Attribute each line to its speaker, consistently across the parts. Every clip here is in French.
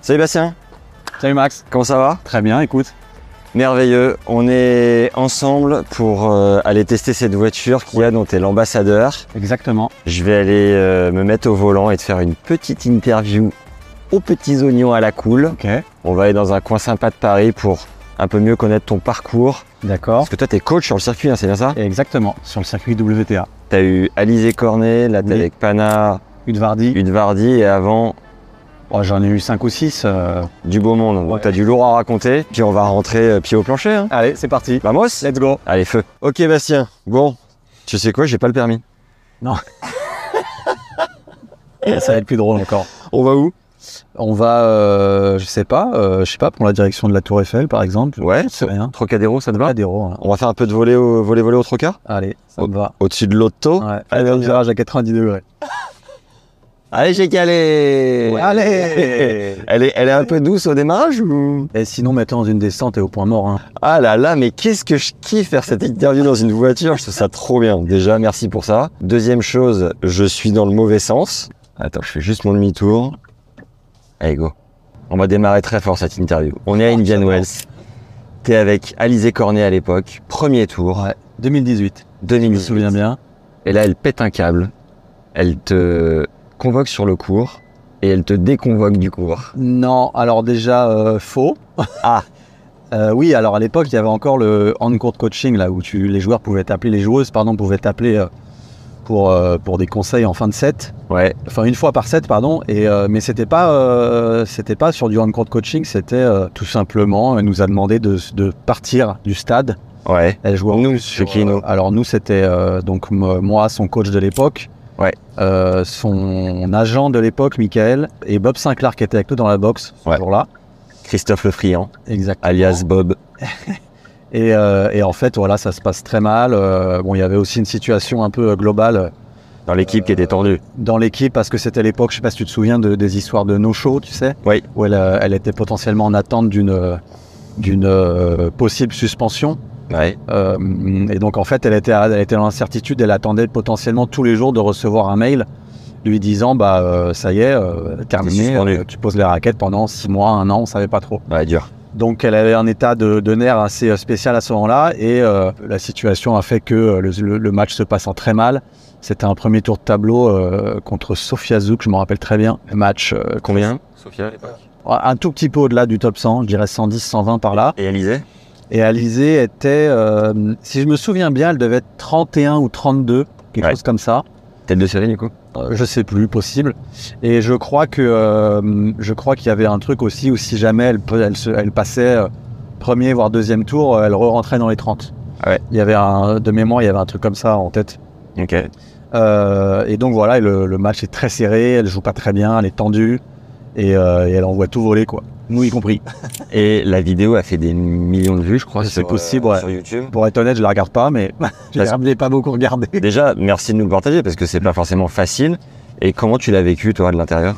Speaker 1: Salut Bastien,
Speaker 2: Salut Max,
Speaker 1: comment ça va
Speaker 2: très bien, écoute.
Speaker 1: Merveilleux, on est ensemble pour euh, aller tester cette voiture Kia dont est l'ambassadeur.
Speaker 2: Exactement.
Speaker 1: Je vais aller euh, me mettre au volant et te faire une petite interview aux petits oignons à la cool.
Speaker 2: Ok,
Speaker 1: On va aller dans un coin sympa de Paris pour un peu mieux connaître ton parcours.
Speaker 2: d'accord.
Speaker 1: Parce que toi, t'es coach sur le circuit, hein, c'est bien ça
Speaker 2: Exactement, sur le circuit WTA.
Speaker 1: T'as eu Alizé Cornet, là t'es
Speaker 2: Oui.
Speaker 1: avec Pana,
Speaker 2: Udvardi,
Speaker 1: Udvardi et avant
Speaker 2: oh, j'en ai eu 5 ou euh. 6.
Speaker 1: du beau monde. Donc
Speaker 2: Ouais.
Speaker 1: t'as du lourd à raconter. Puis on va rentrer euh, pied au plancher. Hein.
Speaker 2: Allez, c'est parti.
Speaker 1: Vamos
Speaker 2: Let's go.
Speaker 1: Allez, feu. Ok, Bastien. Bon, tu sais quoi, j'ai pas le permis.
Speaker 2: Ça va être plus drôle encore.
Speaker 1: On va où
Speaker 2: On va, euh, je sais pas, euh, je sais pas, pour la direction de la Tour Eiffel par exemple.
Speaker 1: Ouais,
Speaker 2: c'est rien.
Speaker 1: Trocadéro, ça te va
Speaker 2: Trocadéro, hein.
Speaker 1: On va faire un peu de voler au, voler, voler au trocard
Speaker 2: Allez, ça me va.
Speaker 1: Au-dessus de l'auto
Speaker 2: Ouais. Allez, on virage à 90 degrés.
Speaker 1: Allez, j'ai calé
Speaker 2: Allez
Speaker 1: elle est, elle est un peu douce au démarrage ou
Speaker 2: Et sinon, mettons dans une descente et au point mort. hein.
Speaker 1: Ah là là, mais qu'est-ce que je kiffe faire cette interview dans une voiture, je trouve ça trop bien. Déjà, merci pour ça. Deuxième chose, je suis dans le mauvais sens. Attends, je fais juste mon demi-tour. Allez, go. On va démarrer très fort cette interview. On est à Indian
Speaker 2: j'adore.
Speaker 1: Wells. T'es avec Alizé Cornet à l'époque, premier tour,
Speaker 2: 2018, je me
Speaker 1: 2018.
Speaker 2: souviens bien.
Speaker 1: Et là, elle pète un câble. Elle te convoque sur le cours et elle te déconvoque du cours.
Speaker 2: Non, alors déjà euh, faux.
Speaker 1: Ah.
Speaker 2: Euh, oui, alors à l'époque, il y avait encore le on-court coaching là où tu, les joueurs pouvaient t'appeler, les joueuses pardon pouvaient t'appeler euh, pour euh, pour des conseils en fin de set,
Speaker 1: Ouais,
Speaker 2: enfin une fois par set pardon. Et euh, mais c'était pas euh, c'était pas sur du on-court coaching, c'était euh, tout simplement elle nous a demandé de, de partir du stade.
Speaker 1: ouais.
Speaker 2: Elle jouait en-
Speaker 1: Nous, chez qui, nous
Speaker 2: euh, alors nous c'était euh, donc m- moi son coach de l'époque.
Speaker 1: Ouais.
Speaker 2: Euh, son agent de l'époque, Michael, et Bob Sinclair qui était avec nous dans la boxe ce
Speaker 1: Ouais.
Speaker 2: jour-là.
Speaker 1: Christophe Le Friand,
Speaker 2: Exactement.
Speaker 1: alias Bob.
Speaker 2: Et, euh, et en fait, voilà, ça se passe très mal. Euh, bon, il y avait aussi une situation un peu euh, globale
Speaker 1: Dans l'équipe qui était tendue.
Speaker 2: dans l'équipe parce que c'était l'époque, je sais pas si tu te souviens de- des histoires de no-show, tu sais
Speaker 1: Oui.
Speaker 2: Où elle, euh, elle était potentiellement en attente d'une euh, d'une euh, possible suspension.
Speaker 1: Ouais.
Speaker 2: Euh, et donc, en fait, elle était, à- elle était dans l'incertitude. Elle attendait potentiellement tous les jours de recevoir un mail lui disant Bah, euh, ça y est, euh, terminé,
Speaker 1: suspendu.
Speaker 2: euh, tu poses les raquettes pendant six mois, un an, on savait pas trop.
Speaker 1: Ouais, dur.
Speaker 2: Donc elle avait un état de, de nerfs assez euh, spécial à ce moment-là et euh, la situation a fait que euh, le, le- le match se passant très mal, c'était un premier tour de tableau euh, contre Sofia Zouk, je m'en rappelle très bien. Match euh,
Speaker 1: Combien Sophia à l'époque.
Speaker 2: un tout petit peu au-delà du top 100, je dirais 110, 120 par là.
Speaker 1: Et Alizé
Speaker 2: Et Alizé était, euh, si je me souviens bien, elle devait être 31 ou 32, quelque
Speaker 1: Ouais.
Speaker 2: chose comme ça.
Speaker 1: Tête de série, du coup
Speaker 2: Euh, je sais plus, possible. Et je crois que euh, je crois qu'il y avait un truc aussi où si jamais elle, pe- elle, se- elle passait euh, premier voire deuxième tour, euh, elle re-rentrait dans les 30.
Speaker 1: Ah ouais.
Speaker 2: Il y avait un, de mémoire, il y avait un truc comme ça en tête.
Speaker 1: Ok.
Speaker 2: Euh, et donc voilà, et le, le match est très serré, elle joue pas très bien, elle est tendue et, euh, et elle envoie tout voler quoi. Nous y compris.
Speaker 1: Et la vidéo a fait des millions de vues, je crois.
Speaker 2: C'est
Speaker 1: sur, euh,
Speaker 2: possible, ouais.
Speaker 1: Sur YouTube.
Speaker 2: Pour être honnête, je la regarde pas, mais je
Speaker 1: Parce-
Speaker 2: l'ai pas beaucoup regardé.
Speaker 1: Déjà, merci de nous le partager parce que c'est pas forcément facile. Et comment tu l'as vécu, toi, de l'intérieur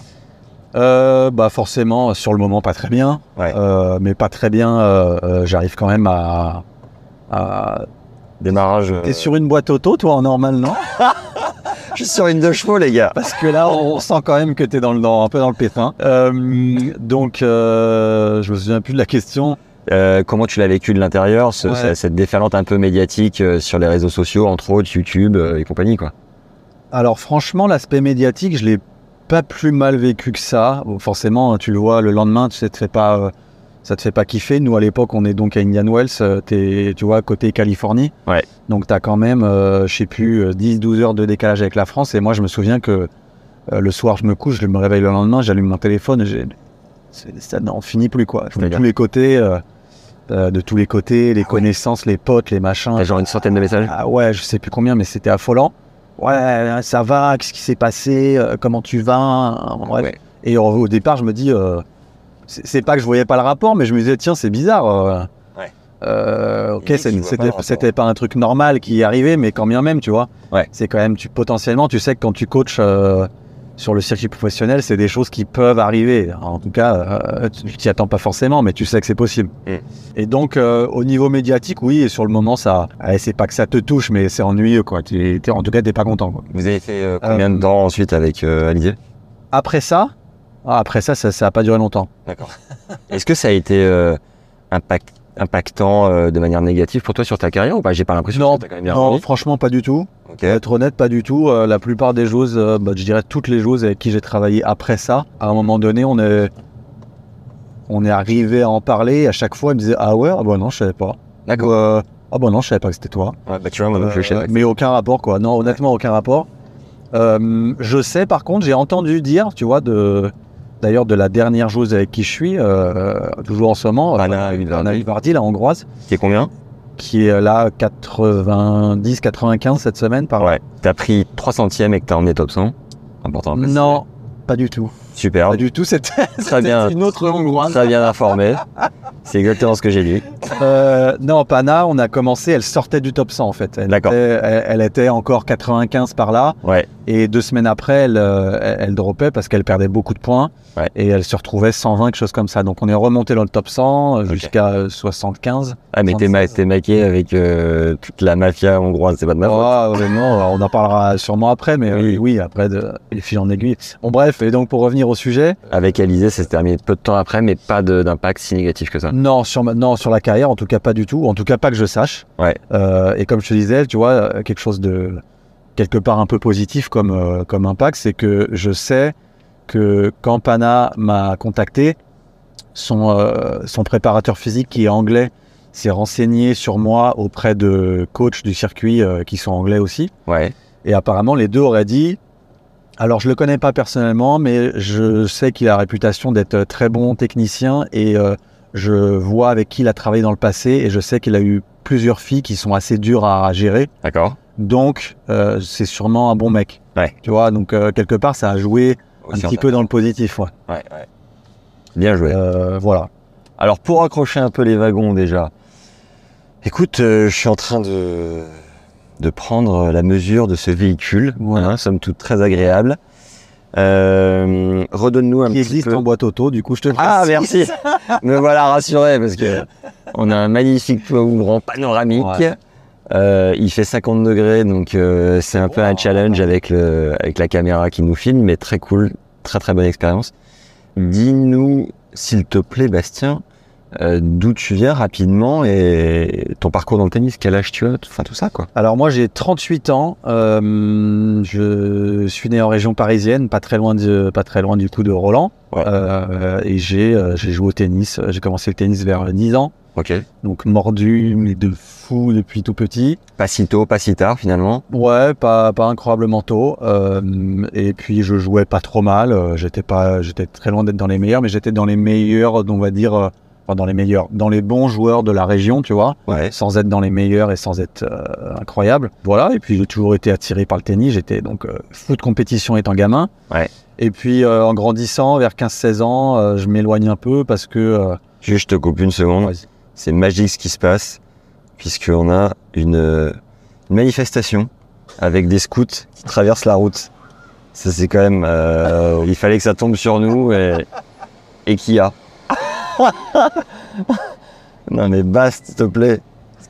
Speaker 2: Euh, bah forcément, sur le moment, pas très bien.
Speaker 1: Ouais.
Speaker 2: Euh, mais pas très bien, euh, euh, j'arrive quand même à... à-
Speaker 1: Démarrage. euh,
Speaker 2: T'es sur une boîte auto, toi, en normal, non
Speaker 1: Je suis sur une deux chevaux, les gars.
Speaker 2: Parce que là, on sent quand même que t'es dans le, dans, un peu dans le pétrin. Euh, donc, euh, je me souviens plus de la question.
Speaker 1: Euh, comment tu l'as vécu de l'intérieur, ce-
Speaker 2: Ouais.
Speaker 1: ce- cette déferlante un peu médiatique euh, sur les réseaux sociaux, entre autres YouTube euh, et compagnie, quoi.
Speaker 2: Alors, franchement, l'aspect médiatique, je l'ai pas plus mal vécu que ça. Bon, forcément, tu le vois, le lendemain, tu sais, te fait pas, euh, ça te fait pas kiffer. Nous, à l'époque, on est donc à Indian Wells, euh, t'es- tu vois, côté Californie.
Speaker 1: Ouais.
Speaker 2: Donc, tu as quand même, euh, je sais plus, euh, 10-12 heures de décalage avec la France. Et moi, je me souviens que euh, le soir, je me couche, je me réveille le lendemain, j'allume mon téléphone, et j'ai- c'est- ça n'en finit plus, quoi. De
Speaker 1: C'est-à-dire Ah
Speaker 2: tous les côtés, euh, euh, de tous les côtés, les connaissances, les potes, les machins.
Speaker 1: T'as genre une centaine de messages
Speaker 2: Ah ouais, je sais plus combien, mais c'était affolant. ouais, ça va, qu'est-ce qui s'est passé, euh, comment tu vas, bref.
Speaker 1: Ouais.
Speaker 2: Et au, au départ, je me dis, euh, c'est c'est pas que je voyais pas le rapport, mais je me disais, tiens, c'est bizarre. euh,
Speaker 1: Ouais.
Speaker 2: euh, ok,
Speaker 1: Limite,
Speaker 2: c'est-
Speaker 1: tu vois pas le
Speaker 2: c'était
Speaker 1: rapport.
Speaker 2: c'était pas un truc normal qui arrivait, mais quand bien même, tu vois.
Speaker 1: Ouais.
Speaker 2: C'est quand même, tu potentiellement, tu sais que quand tu coaches euh, sur le circuit professionnel, c'est des choses qui peuvent arriver. En tout cas, euh, tu tu t'y attends pas forcément, mais tu sais que c'est possible.
Speaker 1: Mm.
Speaker 2: Et donc, euh, au niveau médiatique, oui, et sur le moment, ça, eh, c'est pas que ça te touche, mais c'est ennuyeux, quoi. Tu- t'es- en tout cas, t'es pas content. Quoi.
Speaker 1: Vous avez fait euh, combien
Speaker 2: Euh,
Speaker 1: de temps ensuite avec euh, Alizé
Speaker 2: Après ça, ah, après ça, ça, ça a pas duré longtemps.
Speaker 1: D'accord. Est-ce que ça a été euh, impact- impactant euh, de manière négative pour toi sur ta carrière ou pas J'ai pas l'impression
Speaker 2: Non,
Speaker 1: que t'as quand même bien
Speaker 2: non,
Speaker 1: réussi.
Speaker 2: franchement, pas du tout.
Speaker 1: Ok.
Speaker 2: Pour être honnête, pas du tout. Euh, la plupart des joueuses, euh, bah, je dirais toutes les joueuses avec qui j'ai travaillé après ça, à un moment donné, on est, on est arrivé à en parler. À chaque fois, ils me disaient Ah ouais, ah bah non, je savais pas. Ou,
Speaker 1: D'accord.
Speaker 2: euh, ah bah non, je savais pas que c'était toi.
Speaker 1: Ouais, bah, tu vois, moi non plus, je sais
Speaker 2: Euh,
Speaker 1: pas.
Speaker 2: mais aucun rapport, quoi. Non, honnêtement, aucun rapport. Euh, je sais, par contre, j'ai entendu dire, tu vois, de. D'ailleurs, de la dernière joueuse avec qui je suis, euh, toujours en ce moment,
Speaker 1: Anna Huivardi.
Speaker 2: Vardy, la hongroise,
Speaker 1: C'est combien
Speaker 2: qui est là 90-95 cette semaine, par
Speaker 1: Ouais. T'as pris 3 centièmes et que t'as emmené top 100 Important. à préciser.
Speaker 2: Non, pas du tout.
Speaker 1: Super.
Speaker 2: Pas du tout, c'était
Speaker 1: Très bien.
Speaker 2: c'était une autre hongroise.
Speaker 1: Très bien informé. C'est exactement ce que j'ai dit.
Speaker 2: Euh, non, Pana, on a commencé, elle sortait du top 100 en fait. Elle
Speaker 1: D'accord.
Speaker 2: était- Elle, elle était encore 95 par là,
Speaker 1: Ouais.
Speaker 2: et deux semaines après, elle, euh, elle, elle dropait parce qu'elle perdait beaucoup de points,
Speaker 1: Ouais.
Speaker 2: et elle se retrouvait 120, quelque chose comme ça. Donc on est remonté dans le top 100 euh, jusqu'à euh, 75.
Speaker 1: Ah, mais t'es, ma-
Speaker 2: 76.
Speaker 1: t'es maqué avec euh, toute la mafia hongroise, c'est pas de ma faute.
Speaker 2: Oh, ouais, non, on en parlera sûrement après, mais
Speaker 1: Oui.
Speaker 2: oui, oui après, de, les filles en aiguille. Bon, bref, et donc pour revenir au sujet,
Speaker 1: Avec Alizé, ça s'est terminé peu de temps après, mais pas de- d'impact si négatif que ça.
Speaker 2: Non sur, ma- non, sur la carrière, en tout cas pas du tout. En tout cas, pas que je sache.
Speaker 1: Ouais.
Speaker 2: Euh, et comme je te disais, tu vois, euh, quelque chose de quelque part un peu positif comme, euh, comme impact, c'est que je sais que quand Pana m'a contacté, son, euh, son préparateur physique qui est anglais s'est renseigné sur moi auprès de coachs du circuit euh, qui sont anglais aussi.
Speaker 1: Ouais.
Speaker 2: Et apparemment, les deux auraient dit. Alors, je le connais pas personnellement, mais je sais qu'il a la réputation d'être euh, très bon technicien et euh, je vois avec qui il a travaillé dans le passé et je sais qu'il a eu plusieurs filles qui sont assez dures à gérer.
Speaker 1: D'accord.
Speaker 2: Donc, euh, c'est sûrement un bon mec.
Speaker 1: Ouais.
Speaker 2: Tu vois, donc euh, quelque part, ça a joué un
Speaker 1: Aussi
Speaker 2: petit
Speaker 1: en-
Speaker 2: peu dans le positif. Ouais.
Speaker 1: Ouais, ouais. Bien joué.
Speaker 2: Euh, voilà.
Speaker 1: Alors pour accrocher un peu les wagons déjà, écoute, euh, je suis en train de, de prendre la mesure de ce véhicule,
Speaker 2: Ouais.
Speaker 1: hein, somme toute très agréable. Euh, redonne-nous un
Speaker 2: Qui
Speaker 1: petit
Speaker 2: existe
Speaker 1: peu.
Speaker 2: en boîte auto, du coup, je te le
Speaker 1: Ah
Speaker 2: précise.
Speaker 1: merci, me voilà rassuré parce que on a un magnifique toit ouvrant panoramique.
Speaker 2: Ouais.
Speaker 1: Euh, il fait 50 degrés donc euh, c'est un peu un
Speaker 2: Wow.
Speaker 1: challenge avec le avec la caméra qui nous filme, mais très cool, très très bonne expérience. Dis-nous s'il te plaît Bastien. euh, d'où tu viens rapidement et ton parcours dans le tennis, quel âge tu as, enfin tout ça quoi.
Speaker 2: Alors moi j'ai 38 ans, euh, je suis né en région parisienne, pas très loin, de, pas très loin du coup de Roland,
Speaker 1: Ouais.
Speaker 2: Euh, et j'ai euh, j'ai joué au tennis, j'ai commencé le tennis vers 10 ans,
Speaker 1: Ok.
Speaker 2: donc mordu mais de fou depuis tout petit.
Speaker 1: Pas si tôt, pas si tard finalement.
Speaker 2: Ouais, pas, pas incroyablement tôt, euh, et puis je jouais pas trop mal, euh, j'étais pas, j'étais très loin d'être dans les meilleurs, mais j'étais dans les meilleurs, on va dire, euh, enfin dans les meilleurs, dans les bons joueurs de la région, tu vois
Speaker 1: Ouais.
Speaker 2: sans être dans les meilleurs et sans être euh, incroyable. Voilà, et puis j'ai toujours été attiré par le tennis, j'étais donc euh, fou de compétition étant gamin.
Speaker 1: Ouais.
Speaker 2: Et puis euh, en grandissant, vers 15-16 ans, euh, je m'éloigne un peu parce que... euh,
Speaker 1: Juste je te coupe une seconde.
Speaker 2: Vas-y.
Speaker 1: C'est magique ce qui se passe, puisqu'on a une, euh, une manifestation avec des scouts qui traversent la route. Ça, c'est quand même. euh, il fallait que ça tombe sur nous et, et qui a. non, mais Bast, s'il te plaît,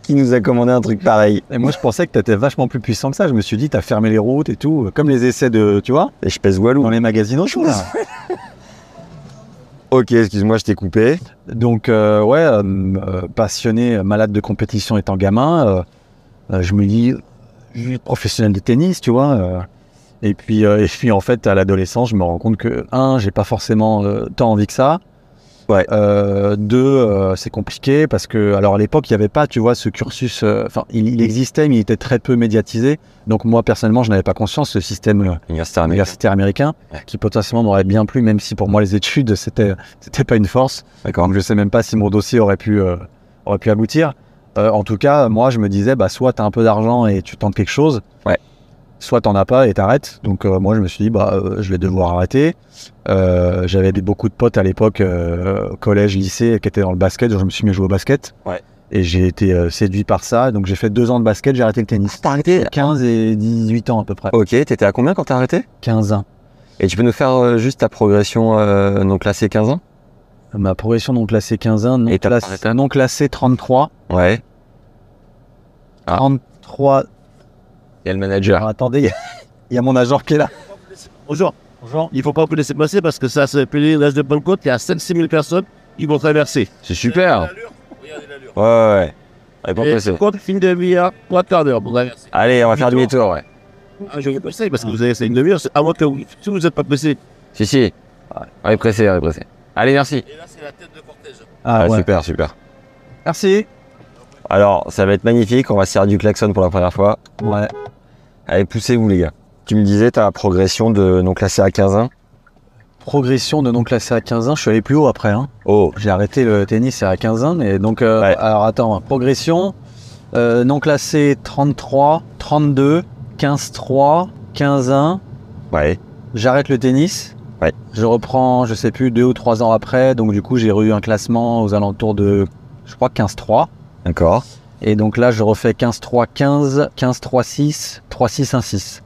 Speaker 1: qui nous a commandé un truc pareil
Speaker 2: et moi je pensais que tu étais vachement plus puissant que ça, je me suis dit t'as fermé les routes et tout, euh, comme les essais de, tu vois,
Speaker 1: Et je pèse Walou.
Speaker 2: dans les magazines au là.
Speaker 1: Ok, excuse-moi, je t'ai coupé.
Speaker 2: Donc, euh, ouais, euh, euh, passionné, euh, malade de compétition étant gamin, euh, euh, je me dis, je suis professionnel de tennis, tu vois. euh, et, puis, euh, et puis, en fait, à l'adolescence, je me rends compte que, un, j'ai pas forcément euh, tant envie que ça.
Speaker 1: Ouais.
Speaker 2: Euh, deux, euh, c'est compliqué parce que, alors à l'époque, il n'y avait pas, tu vois, ce cursus. euh, Enfin, il, il existait, mais il était très peu médiatisé. Donc, moi, personnellement, je n'avais pas conscience de ce système. euh,
Speaker 1: Universitaire américain.
Speaker 2: universitaire américain,
Speaker 1: Ouais.
Speaker 2: qui potentiellement m'aurait bien plu, même si pour moi les études c'était c'était pas une force.
Speaker 1: D'accord.
Speaker 2: Donc je sais même pas si mon dossier aurait pu euh, aurait pu aboutir. Euh, en tout cas, moi je me disais bah soit t'as un peu d'argent et tu tentes quelque chose,
Speaker 1: Ouais.
Speaker 2: soit t'en as pas et t'arrêtes. Donc euh, moi je me suis dit bah euh, je vais devoir arrêter. Euh, J'avais des- beaucoup de potes à l'époque euh, collège, lycée qui étaient dans le basket. Donc je me suis mis à jouer au basket.
Speaker 1: Ouais.
Speaker 2: Et j'ai été euh, séduit par ça. Donc j'ai fait deux ans de basket, j'ai arrêté le tennis.
Speaker 1: T'as arrêté
Speaker 2: 15 et 18 ans à peu près.
Speaker 1: Ok, t'étais à combien quand t'as arrêté
Speaker 2: 15 ans.
Speaker 1: Et tu peux nous faire euh, juste ta progression, euh, donc là c'est 15 ans
Speaker 2: Ma progression non classée 15 ans, non,
Speaker 1: Et t'as
Speaker 2: classe-
Speaker 1: arrêté
Speaker 2: non classée 33.
Speaker 1: Ouais. Ah.
Speaker 2: 33.
Speaker 1: Et le manager.
Speaker 2: Alors, attendez, il y a- il y, a mon agent qui est là.
Speaker 3: Bonjour. Bonjour. Il ne faut pas vous laisser passer parce que ça se appelé l'âge de Pentecôte. Il y a 7-6 000 personnes qui vont traverser.
Speaker 1: C'est super Ouais, ouais, ouais. On est pas
Speaker 3: Et
Speaker 1: pressé.
Speaker 3: compte une demi-heure, trois quarts d'heure pour traverser.
Speaker 1: Allez, on va faire demi-tour, ouais.
Speaker 3: Ah, je vous conseille parce que vous avez c'est une demi-heure. c'est À moins que vous, si vous n'êtes pas pressé.
Speaker 1: Si, si. On est pressé, on est pressé. Allez, merci.
Speaker 3: Et là, c'est la tête de cortège.
Speaker 2: Ah,
Speaker 1: Ah,
Speaker 2: ouais.
Speaker 1: Super, super.
Speaker 2: Merci.
Speaker 1: Alors, ça va être magnifique, on va se servir du klaxon pour la première fois.
Speaker 2: Ouais.
Speaker 1: Allez, poussez-vous les gars. Tu me disais ta progression de donc là c'est à 15 ans.
Speaker 2: Progression de non classé à 15 ans, je suis allé plus haut après. hein.
Speaker 1: Oh,
Speaker 2: J'ai arrêté le tennis à 15 ans, mais donc, euh,
Speaker 1: Ouais.
Speaker 2: alors attends, progression, euh, non classé 33, 32, 15, 3, 15, 1,
Speaker 1: ouais.
Speaker 2: j'arrête le tennis.
Speaker 1: Ouais.
Speaker 2: Je reprends, je sais plus, deux ou trois ans après, donc du coup j'ai eu un classement aux alentours de, je crois, 15, 3.
Speaker 1: D'accord.
Speaker 2: Et donc là je refais 15, 3, 15, 15, 3, 6, 3, 6, 1, 6.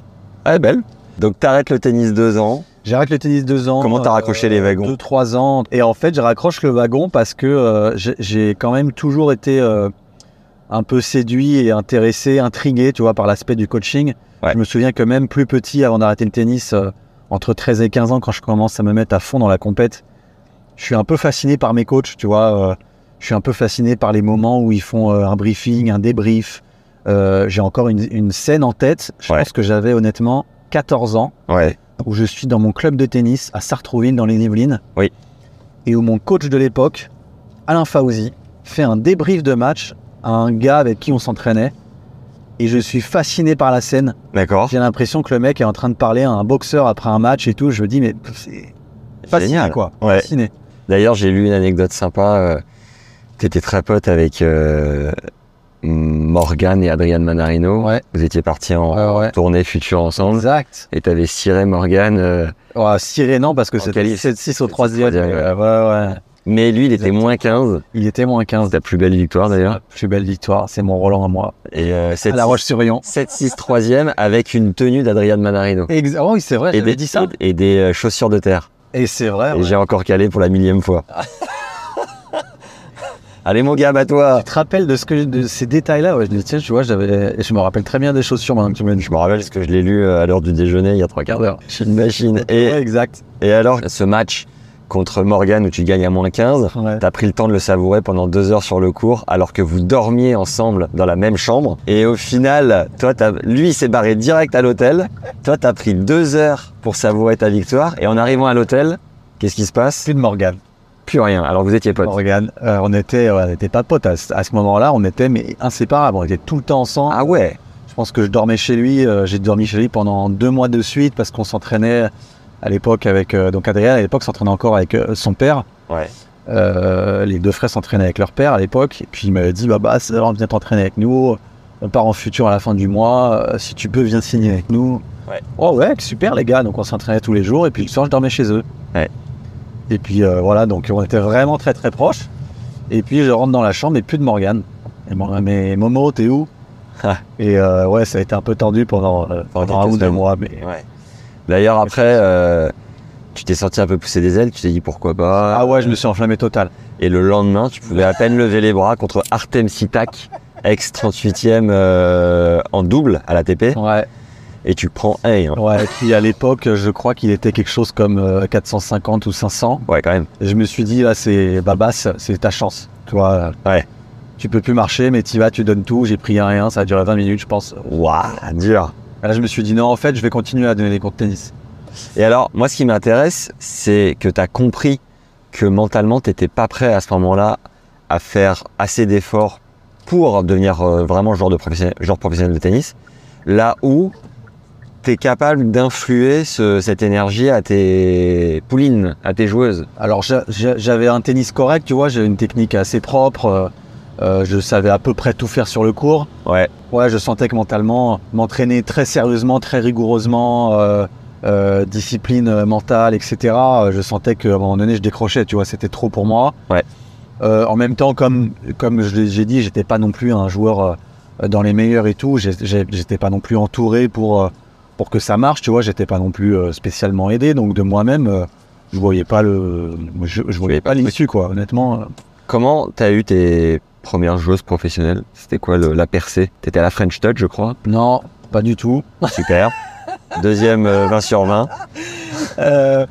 Speaker 1: Ah belle. Donc t'arrêtes le tennis 2 ans.
Speaker 2: J'arrête le tennis deux ans. euh,
Speaker 1: Comment t'as raccroché les wagons
Speaker 2: Deux, trois ans. Et en fait, je raccroche le wagon parce que euh, j'ai- j'ai quand même toujours été euh, un peu séduit et intéressé, intrigué, tu vois, par l'aspect du coaching.
Speaker 1: Ouais.
Speaker 2: Je me souviens que même plus petit, avant d'arrêter le tennis, euh, entre 13 et 15 ans, quand je commence à me mettre à fond dans la compète, je suis un peu fasciné par mes coachs, tu vois. euh, je suis un peu fasciné par les moments où ils font euh, un briefing, un débrief. Euh, j'ai encore une, une scène en tête. Je
Speaker 1: Ouais.
Speaker 2: pense que j'avais honnêtement 14 ans
Speaker 1: Ouais.
Speaker 2: où je suis dans mon club de tennis à Sartrouville dans les Yvelines.
Speaker 1: Oui.
Speaker 2: Et où mon coach de l'époque, Alain Fauzi, fait un débrief de match à un gars avec qui on s'entraînait. Et je suis fasciné par la scène.
Speaker 1: D'accord.
Speaker 2: J'ai l'impression que le mec est en train de parler à un boxeur après un match et tout. Je me dis, mais pff, c'est fasciné
Speaker 1: Génial.
Speaker 2: quoi.
Speaker 1: Ouais.
Speaker 2: Fasciné.
Speaker 1: D'ailleurs, j'ai lu une anecdote sympa. euh, T'étais très pote avec euh, Morgan et Adrian Manarino.
Speaker 2: Ouais.
Speaker 1: Vous étiez partis en
Speaker 2: Ouais, ouais.
Speaker 1: tournée future ensemble.
Speaker 2: Exact.
Speaker 1: Et t'avais ciré Morgan. euh,
Speaker 2: Ouais, Sirénan parce que
Speaker 1: En
Speaker 2: c'était
Speaker 1: qualif.
Speaker 2: 7-6 au
Speaker 1: C'était
Speaker 2: troisième.
Speaker 1: troisième, ouais.
Speaker 2: Ouais, ouais.
Speaker 1: mais lui, il était
Speaker 2: Exactement.
Speaker 1: moins 15.
Speaker 2: Il était moins 15.
Speaker 1: C'est ta plus belle victoire d'ailleurs.
Speaker 2: Plus belle victoire, c'est mon Roland à moi.
Speaker 1: Et euh,
Speaker 2: À la
Speaker 1: 7-6
Speaker 2: Roche-sur-Yon.
Speaker 1: 7-6 troisième avec une tenue d'Adrian Manarino.
Speaker 2: Ex- Oh, oui, c'est vrai,
Speaker 1: Et
Speaker 2: j'avais
Speaker 1: des,
Speaker 2: dit ça.
Speaker 1: et des euh, chaussures de terre.
Speaker 2: Et c'est vrai.
Speaker 1: et
Speaker 2: ouais. Ah.
Speaker 1: j'ai encore calé pour la millième fois. Allez mon gars, à toi
Speaker 2: Tu te rappelles de, ce que, de ces détails-là ouais, Je dis, tiens, tu vois, j'avais, et je me rappelle très bien des chaussures maintenant que tu me le dis.
Speaker 1: Je me rappelle parce que je l'ai lu euh, à l'heure du déjeuner il y a trois quarts d'heure. Je suis une machine. Et,
Speaker 2: Ouais, exact.
Speaker 1: et alors, ce match contre Morgan où tu gagnes à moins 15,
Speaker 2: Ouais.
Speaker 1: t'as pris le temps de le savourer pendant deux heures sur le cours alors que vous dormiez ensemble dans la même chambre. Et au final, toi, t'as- lui il s'est barré direct à l'hôtel. Toi, t'as pris deux heures pour savourer ta victoire. Et en arrivant à l'hôtel, qu'est-ce qui se passe
Speaker 2: Plus de Morgane.
Speaker 1: Plus rien. Alors vous étiez potes.
Speaker 2: Morgane, euh, on était, ouais, on n'était pas potes à, ce- à ce moment-là, on était mais inséparables, on était tout le temps ensemble.
Speaker 1: Ah ouais
Speaker 2: Je pense que je dormais chez lui, euh, j'ai dormi chez lui pendant deux mois de suite parce qu'on s'entraînait à l'époque avec, euh, donc Adrien à l'époque s'entraînait encore avec euh, son père.
Speaker 1: Ouais.
Speaker 2: Euh, les deux frères s'entraînaient avec leur père à l'époque, et puis il m'avait dit bah bah c'est l'heure, viens t'entraîner avec nous, on part en futur à la fin du mois, euh, si tu peux viens signer avec nous.
Speaker 1: Ouais.
Speaker 2: Oh ouais, super les gars, donc on s'entraînait tous les jours et puis le soir je dormais chez eux.
Speaker 1: Ouais.
Speaker 2: Et puis euh, voilà, donc on était vraiment très très proches. Et puis je rentre dans la chambre et plus de Morgane. Et Morgane, mais Momo, t'es où
Speaker 1: Ah.
Speaker 2: Et euh, ouais, ça a été un peu tendu pendant, euh, pendant un
Speaker 1: quelques
Speaker 2: ou deux
Speaker 1: semaines.
Speaker 2: mois, mais
Speaker 1: Ouais. D'ailleurs, après, euh, tu t'es senti un peu pousser des ailes, tu t'es dit pourquoi pas.
Speaker 2: ah ouais, je me suis enflammé total.
Speaker 1: Et le lendemain, tu pouvais à peine lever les bras contre Artem Sitak, ex 38e euh, en double à l'ATP,
Speaker 2: Ouais.
Speaker 1: et tu prends un. hein.
Speaker 2: Ouais, qui à l'époque, je crois qu'il était quelque chose comme euh, 450 ou 500.
Speaker 1: Ouais, quand même.
Speaker 2: Et je me suis dit, là, c'est Babas, c'est ta chance. Tu vois, euh,
Speaker 1: Ouais.
Speaker 2: Tu peux plus marcher, mais tu vas, tu donnes tout. J'ai pris un et un, ça a duré 20 minutes, je pense.
Speaker 1: Waouh, Ah, dur.
Speaker 2: Et là, je me suis dit, non, en fait, je vais continuer à donner des cours de tennis.
Speaker 1: Et alors, moi, ce qui m'intéresse, c'est que tu as compris que mentalement, tu n'étais pas prêt à ce moment-là à faire assez d'efforts pour devenir euh, vraiment joueur, de professionnel, joueur professionnel de tennis, là où tu es capable d'influer ce- cette énergie à tes poulines, à tes joueuses.
Speaker 2: Alors, j'a- j'a- j'avais un tennis correct, tu vois, j'avais une technique assez propre. euh, Euh, je savais à peu près tout faire sur le cours.
Speaker 1: Ouais.
Speaker 2: Ouais, je sentais que mentalement, m'entraîner très sérieusement, très rigoureusement, euh, euh, discipline euh, mentale, etc. euh, Je sentais qu'à un moment donné, je décrochais, tu vois, c'était trop pour moi.
Speaker 1: Ouais.
Speaker 2: Euh, en même temps, comme, comme je l'ai- j'ai dit, j'étais pas non plus un joueur euh, dans les meilleurs et tout. J'ai- j'ai- J'étais pas non plus entouré pour, euh, pour que ça marche, tu vois. J'étais pas non plus euh, spécialement aidé. Donc, de moi-même, euh, je voyais pas le, je, je voyais
Speaker 1: voyais
Speaker 2: pas
Speaker 1: pas le
Speaker 2: l'issue, quoi, honnêtement.
Speaker 1: Comment t'as eu tes premières joueuses professionnelles C'était quoi le- la percée T'étais à la French Touch, je crois.
Speaker 2: Non, pas du tout.
Speaker 1: Super. Deuxième euh, 20 sur 20.
Speaker 2: Euh,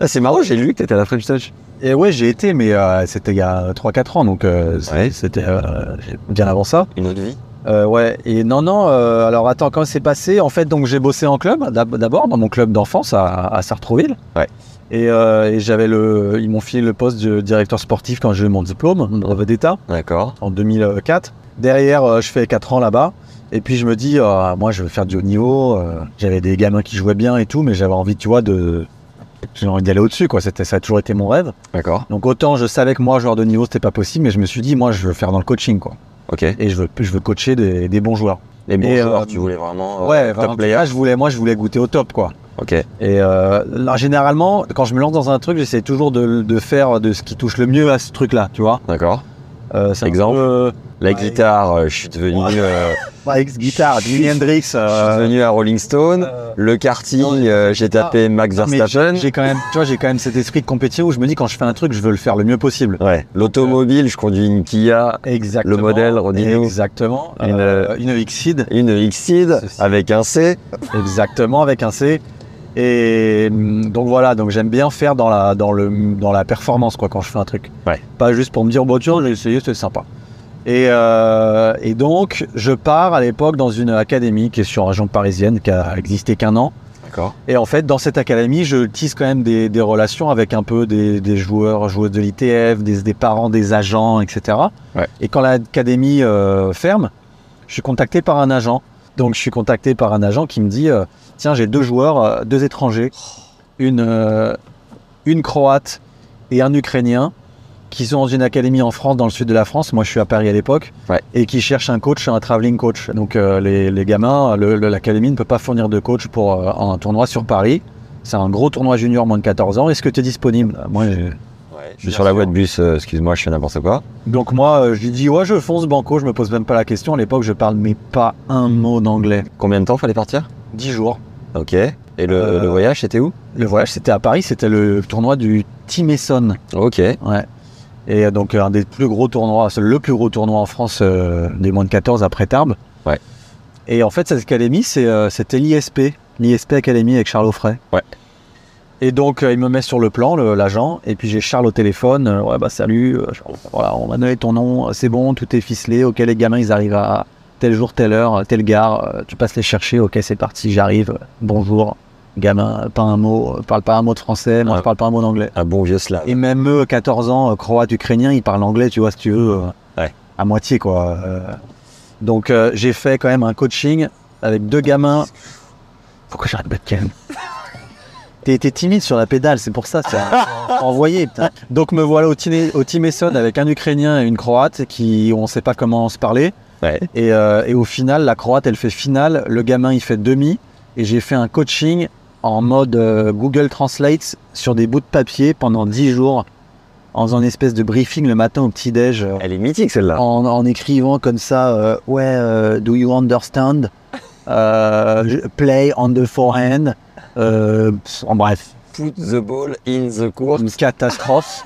Speaker 1: Ah, c'est marrant, j'ai lu que t'étais à la French Touch.
Speaker 2: Et ouais, j'ai été, mais euh, c'était il y a 3-4 ans, donc euh, c-
Speaker 1: Ouais.
Speaker 2: c'était euh, bien avant ça.
Speaker 1: Une autre vie
Speaker 2: Euh, ouais, et non, non, euh, alors attends, quand c'est passé En fait, donc j'ai bossé en club, d'ab- d'abord dans mon club d'enfance à, à Sartrouville.
Speaker 1: Ouais.
Speaker 2: Et, euh, et j'avais le. Ils m'ont filé le poste de directeur sportif quand j'ai eu mon diplôme, brevet d'État,
Speaker 1: D'accord.
Speaker 2: en 2004. Derrière, euh, je fais 4 ans là-bas. Et puis je me dis, euh, moi je veux faire du haut niveau. euh, j'avais des gamins qui jouaient bien et tout, mais j'avais envie, tu vois, de. J'ai envie d'aller au-dessus, quoi. C'était, ça a toujours été mon rêve.
Speaker 1: D'accord.
Speaker 2: Donc autant je savais que moi, joueur de niveau, c'était pas possible, mais je me suis dit, moi, je veux faire dans le coaching, quoi.
Speaker 1: Ok.
Speaker 2: Et je veux, je veux coacher des, des bons joueurs.
Speaker 1: Les bons
Speaker 2: Et, euh,
Speaker 1: joueurs, tu voulais vraiment. euh,
Speaker 2: ouais,
Speaker 1: top
Speaker 2: vraiment,
Speaker 1: player.
Speaker 2: là, je voulais, moi, je voulais goûter au top, quoi.
Speaker 1: Ok.
Speaker 2: Et euh, là, généralement, quand je me lance dans un truc, j'essaie toujours de, de faire de ce qui touche le mieux à ce truc-là, tu vois.
Speaker 1: D'accord.
Speaker 2: Euh, c'est un
Speaker 1: Exemple
Speaker 2: peu-
Speaker 1: La
Speaker 2: Ouais.
Speaker 1: guitare, euh, je suis devenu.
Speaker 2: Ouais.
Speaker 1: euh,
Speaker 2: pas ex-guitare, Jimi Hendrix.
Speaker 1: je suis
Speaker 2: euh,
Speaker 1: devenu à Rolling Stone.
Speaker 2: euh,
Speaker 1: Le
Speaker 2: non,
Speaker 1: karting,
Speaker 2: mais-
Speaker 1: euh, j'ai tapé Max
Speaker 2: mais
Speaker 1: Verstappen.
Speaker 2: j'ai quand même, tu vois, j'ai quand même cet esprit de compétition où je me dis quand je fais un truc, je veux le faire le mieux possible.
Speaker 1: Ouais. L'automobile, je conduis une Kia,
Speaker 2: Exactement.
Speaker 1: modèle, redis-nous.
Speaker 2: Exactement.
Speaker 1: Une,
Speaker 2: Euh, une Xseed.
Speaker 1: une Xseed
Speaker 2: Ceci.
Speaker 1: avec un C.
Speaker 2: Exactement, avec un C. Et hum, donc voilà, donc j'aime bien faire dans la, dans le, dans la performance quoi, quand je fais un truc.
Speaker 1: Ouais.
Speaker 2: Pas juste pour me dire, bon, tiens, j'ai essayé, c'était sympa. Et, euh, et donc, je pars à l'époque dans une académie qui est sur région parisienne, qui a existé qu'un an.
Speaker 1: D'accord.
Speaker 2: Et en fait, dans cette académie, je tisse quand même des, des relations avec un peu des, des joueurs, joueuses de l'ITF, des, des parents, des agents, etc.
Speaker 1: Ouais.
Speaker 2: Et quand l'académie euh, ferme, je suis contacté par un agent. Donc, je suis contacté par un agent qui me dit euh, Tiens, j'ai deux joueurs, euh, deux étrangers, une, euh, une croate et un ukrainien, qui sont dans une académie en France, dans le sud de la France. Moi, je suis à Paris à l'époque.
Speaker 1: Ouais.
Speaker 2: Et qui cherchent un coach, un traveling coach. Donc, euh, les, les gamins, le- le- l'académie ne peut pas fournir de coach pour euh, un tournoi sur Paris. C'est un gros tournoi junior, moins de 14 ans. Est-ce que tu es disponible Moi, j'ai-
Speaker 1: Je suis sur la voie de bus, euh, excuse-moi, je fais n'importe quoi.
Speaker 2: donc moi, euh, je lui dis ouais, je fonce banco, je me pose même pas la question. À l'époque, je parle mais pas un mot d'anglais.
Speaker 1: Combien de temps fallait partir
Speaker 2: 10 jours.
Speaker 1: Ok. Et le,
Speaker 2: Euh,
Speaker 1: le voyage, c'était où
Speaker 2: Le voyage, c'était à Paris, c'était le tournoi du Timeson.
Speaker 1: Ok.
Speaker 2: Ouais. Et donc euh, un des plus gros tournois, c'est le plus gros tournoi en France euh, des moins de 14 après Tarbes.
Speaker 1: Ouais.
Speaker 2: Et en fait, cette académie, c'est, euh, c'était l'ISP, l'ISP Academy avec Charles Offray.
Speaker 1: Ouais.
Speaker 2: Et donc euh, il me met sur le plan, le- l'agent, et puis j'ai Charles au téléphone. euh, ouais bah salut, euh, je- voilà, on m'a donné ton nom, euh, c'est bon, tout est ficelé. Ok les gamins, ils arrivent à tel jour, telle heure, euh, telle gare. euh, Tu passes les chercher. Ok c'est parti, j'arrive. euh, Bonjour, gamin, euh, pas un mot, euh, parle pas un mot de français, moi
Speaker 1: Ouais.
Speaker 2: je parle pas un mot d'anglais.
Speaker 1: Un bon vieux slave.
Speaker 2: Et même eux, 14 ans, euh, croates, ukrainiens, ils parlent anglais, tu vois, si tu veux, euh,
Speaker 1: Ouais.
Speaker 2: à moitié, quoi. euh. donc, euh, j'ai fait quand même un coaching avec deux gamins. Pourquoi j'arrête pas de calme T'es t'es timide sur la pédale, c'est pour ça, ça envoyé. putain. Donc, me voilà au, Tiné- au Team Essonne avec un ukrainien et une croate qui, on sait pas comment se parler.
Speaker 1: Ouais.
Speaker 2: Et, euh, et au final, la croate, elle fait finale, le gamin, il fait demi. Et j'ai fait un coaching en mode euh, Google Translate sur des bouts de papier pendant 10 jours, en faisant une espèce de briefing le matin au petit-déj, euh,
Speaker 1: Elle est mythique celle-là.
Speaker 2: en, en écrivant comme ça euh, Ouais, euh, do you understand Euh, je- Play on the forehand. Euh, en bref,
Speaker 1: Put the ball in the court.
Speaker 2: une catastrophe.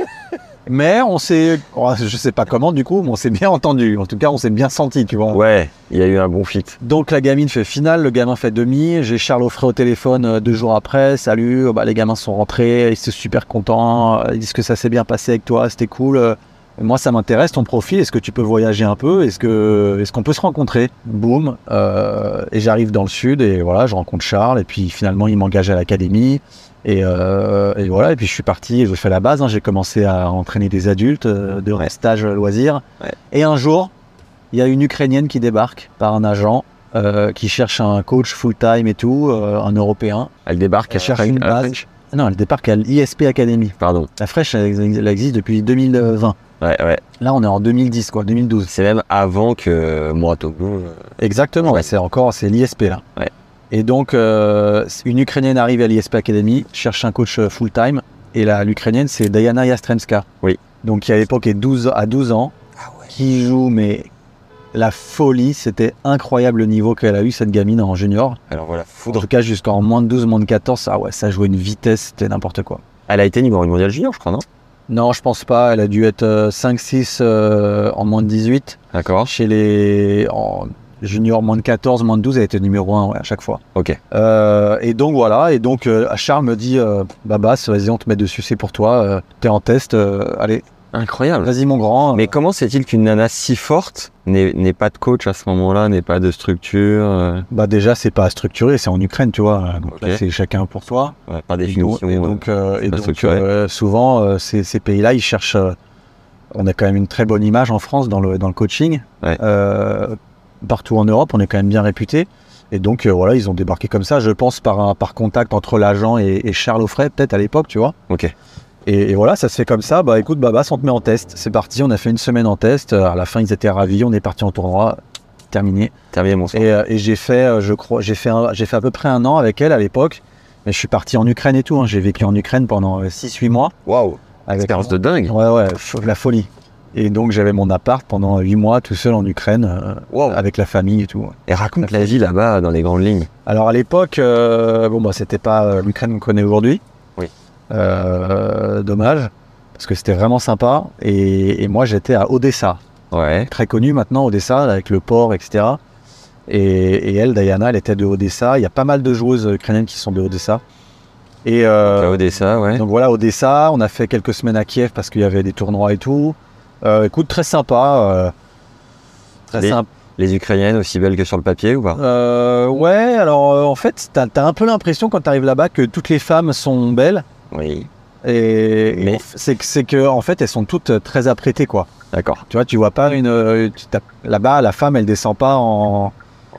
Speaker 2: Mais on s'est, oh, je sais pas comment du coup, mais on s'est bien entendu. En tout cas, on s'est bien senti, tu vois.
Speaker 1: Ouais, il y a eu un bon fit.
Speaker 2: Donc la gamine fait finale, le gamin fait demi. J'ai Charles Offray au téléphone euh, deux jours après. Salut, euh, bah, les gamins sont rentrés, ils étaient super contents. euh, Ils disent que ça s'est bien passé avec toi, c'était cool. euh, Moi, ça m'intéresse ton profil. Est-ce que tu peux voyager un peu Est-ce que est-ce qu'on peut se rencontrer Boum. euh, et j'arrive dans le sud et voilà, je rencontre Charles et puis finalement il m'engage à l'académie et, euh, et voilà et puis je suis parti. et Je fais la base. hein, J'ai commencé à entraîner des adultes, euh, de stage euh, loisirs.
Speaker 1: Ouais.
Speaker 2: Et un jour, il y a une Ukrainienne qui débarque par un agent euh, qui cherche un coach full-time et tout, euh, un Européen.
Speaker 1: Elle débarque,
Speaker 2: Elle
Speaker 1: elle
Speaker 2: cherche
Speaker 1: cherche
Speaker 2: une base. Non, elle débarque à l'ISP Academy.
Speaker 1: Pardon.
Speaker 2: La Fresh, elle, elle existe depuis 2020.
Speaker 1: Ouais, ouais.
Speaker 2: Là, on est en 2010, quoi, 2012.
Speaker 1: C'est même avant que Muratoglou. euh,
Speaker 2: Exactement,
Speaker 1: Ouais.
Speaker 2: ouais, c'est encore c'est l'ISP là.
Speaker 1: Ouais.
Speaker 2: Et donc, euh, une Ukrainienne arrive à l'ISP Academy, cherche un coach euh, full-time, et là, l'Ukrainienne, c'est Diana Yastremska.
Speaker 1: Oui.
Speaker 2: Donc, qui à l'époque est 12, à 12 ans, qui joue, mais la folie, c'était incroyable le niveau qu'elle a eu, cette gamine en junior.
Speaker 1: Alors voilà,
Speaker 2: En
Speaker 1: foudre.
Speaker 2: tout cas, jusqu'en moins de 12, moins de 14, ah ouais, ça jouait une vitesse, c'était n'importe quoi.
Speaker 1: Elle a été numéro une mondiale junior, je crois, non
Speaker 2: Non, je pense pas, elle a dû être euh, 5-6 euh, en moins de 18.
Speaker 1: D'accord.
Speaker 2: Chez les en junior moins de 14, moins de 12, elle était numéro 1 à chaque fois.
Speaker 1: Ok.
Speaker 2: Euh, et donc voilà, et donc euh, Charles me dit euh, Babas, vas-y, on te met dessus, c'est pour toi, euh, t'es en test, euh, allez,
Speaker 1: Incroyable.
Speaker 2: vas-y mon grand.
Speaker 1: Mais comment c'est-il qu'une nana si forte n'ait n'ait pas de coach à ce moment-là, n'ait pas de structure euh,
Speaker 2: Bah déjà, c'est pas structuré, c'est en Ukraine, tu vois, donc là,
Speaker 1: Ok.
Speaker 2: c'est chacun pour toi.
Speaker 1: ouais, Par
Speaker 2: Et donc,
Speaker 1: définition.
Speaker 2: et
Speaker 1: ouais.
Speaker 2: donc, euh, et
Speaker 1: pas
Speaker 2: donc,
Speaker 1: structuré.
Speaker 2: euh, souvent, euh, ces, ces pays-là, ils cherchent. euh, on a quand même une très bonne image en France dans le, dans le coaching.
Speaker 1: Ouais.
Speaker 2: Euh, partout en Europe, on est quand même bien réputé. Et donc, euh, voilà, ils ont débarqué comme ça, je pense, par, un, par contact entre l'agent et, et Charles Offray, peut-être à l'époque, tu vois.
Speaker 1: Ok.
Speaker 2: Et, et voilà, ça se fait comme ça. Bah écoute, Babas, on te met en test. C'est parti, on a fait une semaine en test. Euh, À la fin, ils étaient ravis, on est parti en tournoi. Terminé.
Speaker 1: Terminé mon sang.
Speaker 2: Et, euh, et j'ai fait, euh, je crois, j'ai fait, un- j'ai fait à peu près un an avec elle à l'époque. Mais je suis parti en Ukraine et tout. hein. J'ai vécu en Ukraine pendant 6-8 mois.
Speaker 1: Waouh
Speaker 2: Avec
Speaker 1: Expérience de dingue
Speaker 2: Ouais, ouais, f- la folie. Et donc j'avais mon appart pendant 8 mois tout seul en Ukraine, euh,
Speaker 1: Waouh
Speaker 2: avec la famille et tout. ouais.
Speaker 1: Et raconte la vie là-bas dans les grandes lignes.
Speaker 2: Alors à l'époque, euh, bon bah c'était pas euh, l'Ukraine qu'on connaît aujourd'hui.
Speaker 1: Oui.
Speaker 2: Euh, dommage, parce que c'était vraiment sympa. Et, et moi j'étais à Odessa,
Speaker 1: Ouais.
Speaker 2: très connu maintenant Odessa avec le port, etc. Et, et elle, Diana, elle était de Odessa. Il y a pas mal de joueuses ukrainiennes qui sont de Odessa. Et euh,
Speaker 1: T'as Odessa, ouais.
Speaker 2: donc voilà, Odessa, on a fait quelques semaines à Kiev parce qu'il y avait des tournois et tout. Euh, écoute, très sympa. euh, très
Speaker 1: Les-
Speaker 2: sympa.
Speaker 1: Les Ukrainiennes aussi belles que sur le papier ou pas
Speaker 2: Euh, ouais, alors euh, en fait, t'as as un peu l'impression quand t'arrives là-bas que toutes les femmes sont belles.
Speaker 1: Oui.
Speaker 2: Et
Speaker 1: Mais-
Speaker 2: et c'est que- c'est que, en fait, elles sont toutes euh, très apprêtées, quoi.
Speaker 1: D'accord.
Speaker 2: Tu vois, tu vois pas une. euh, tu t'as- Là-bas, la femme, elle descend pas en,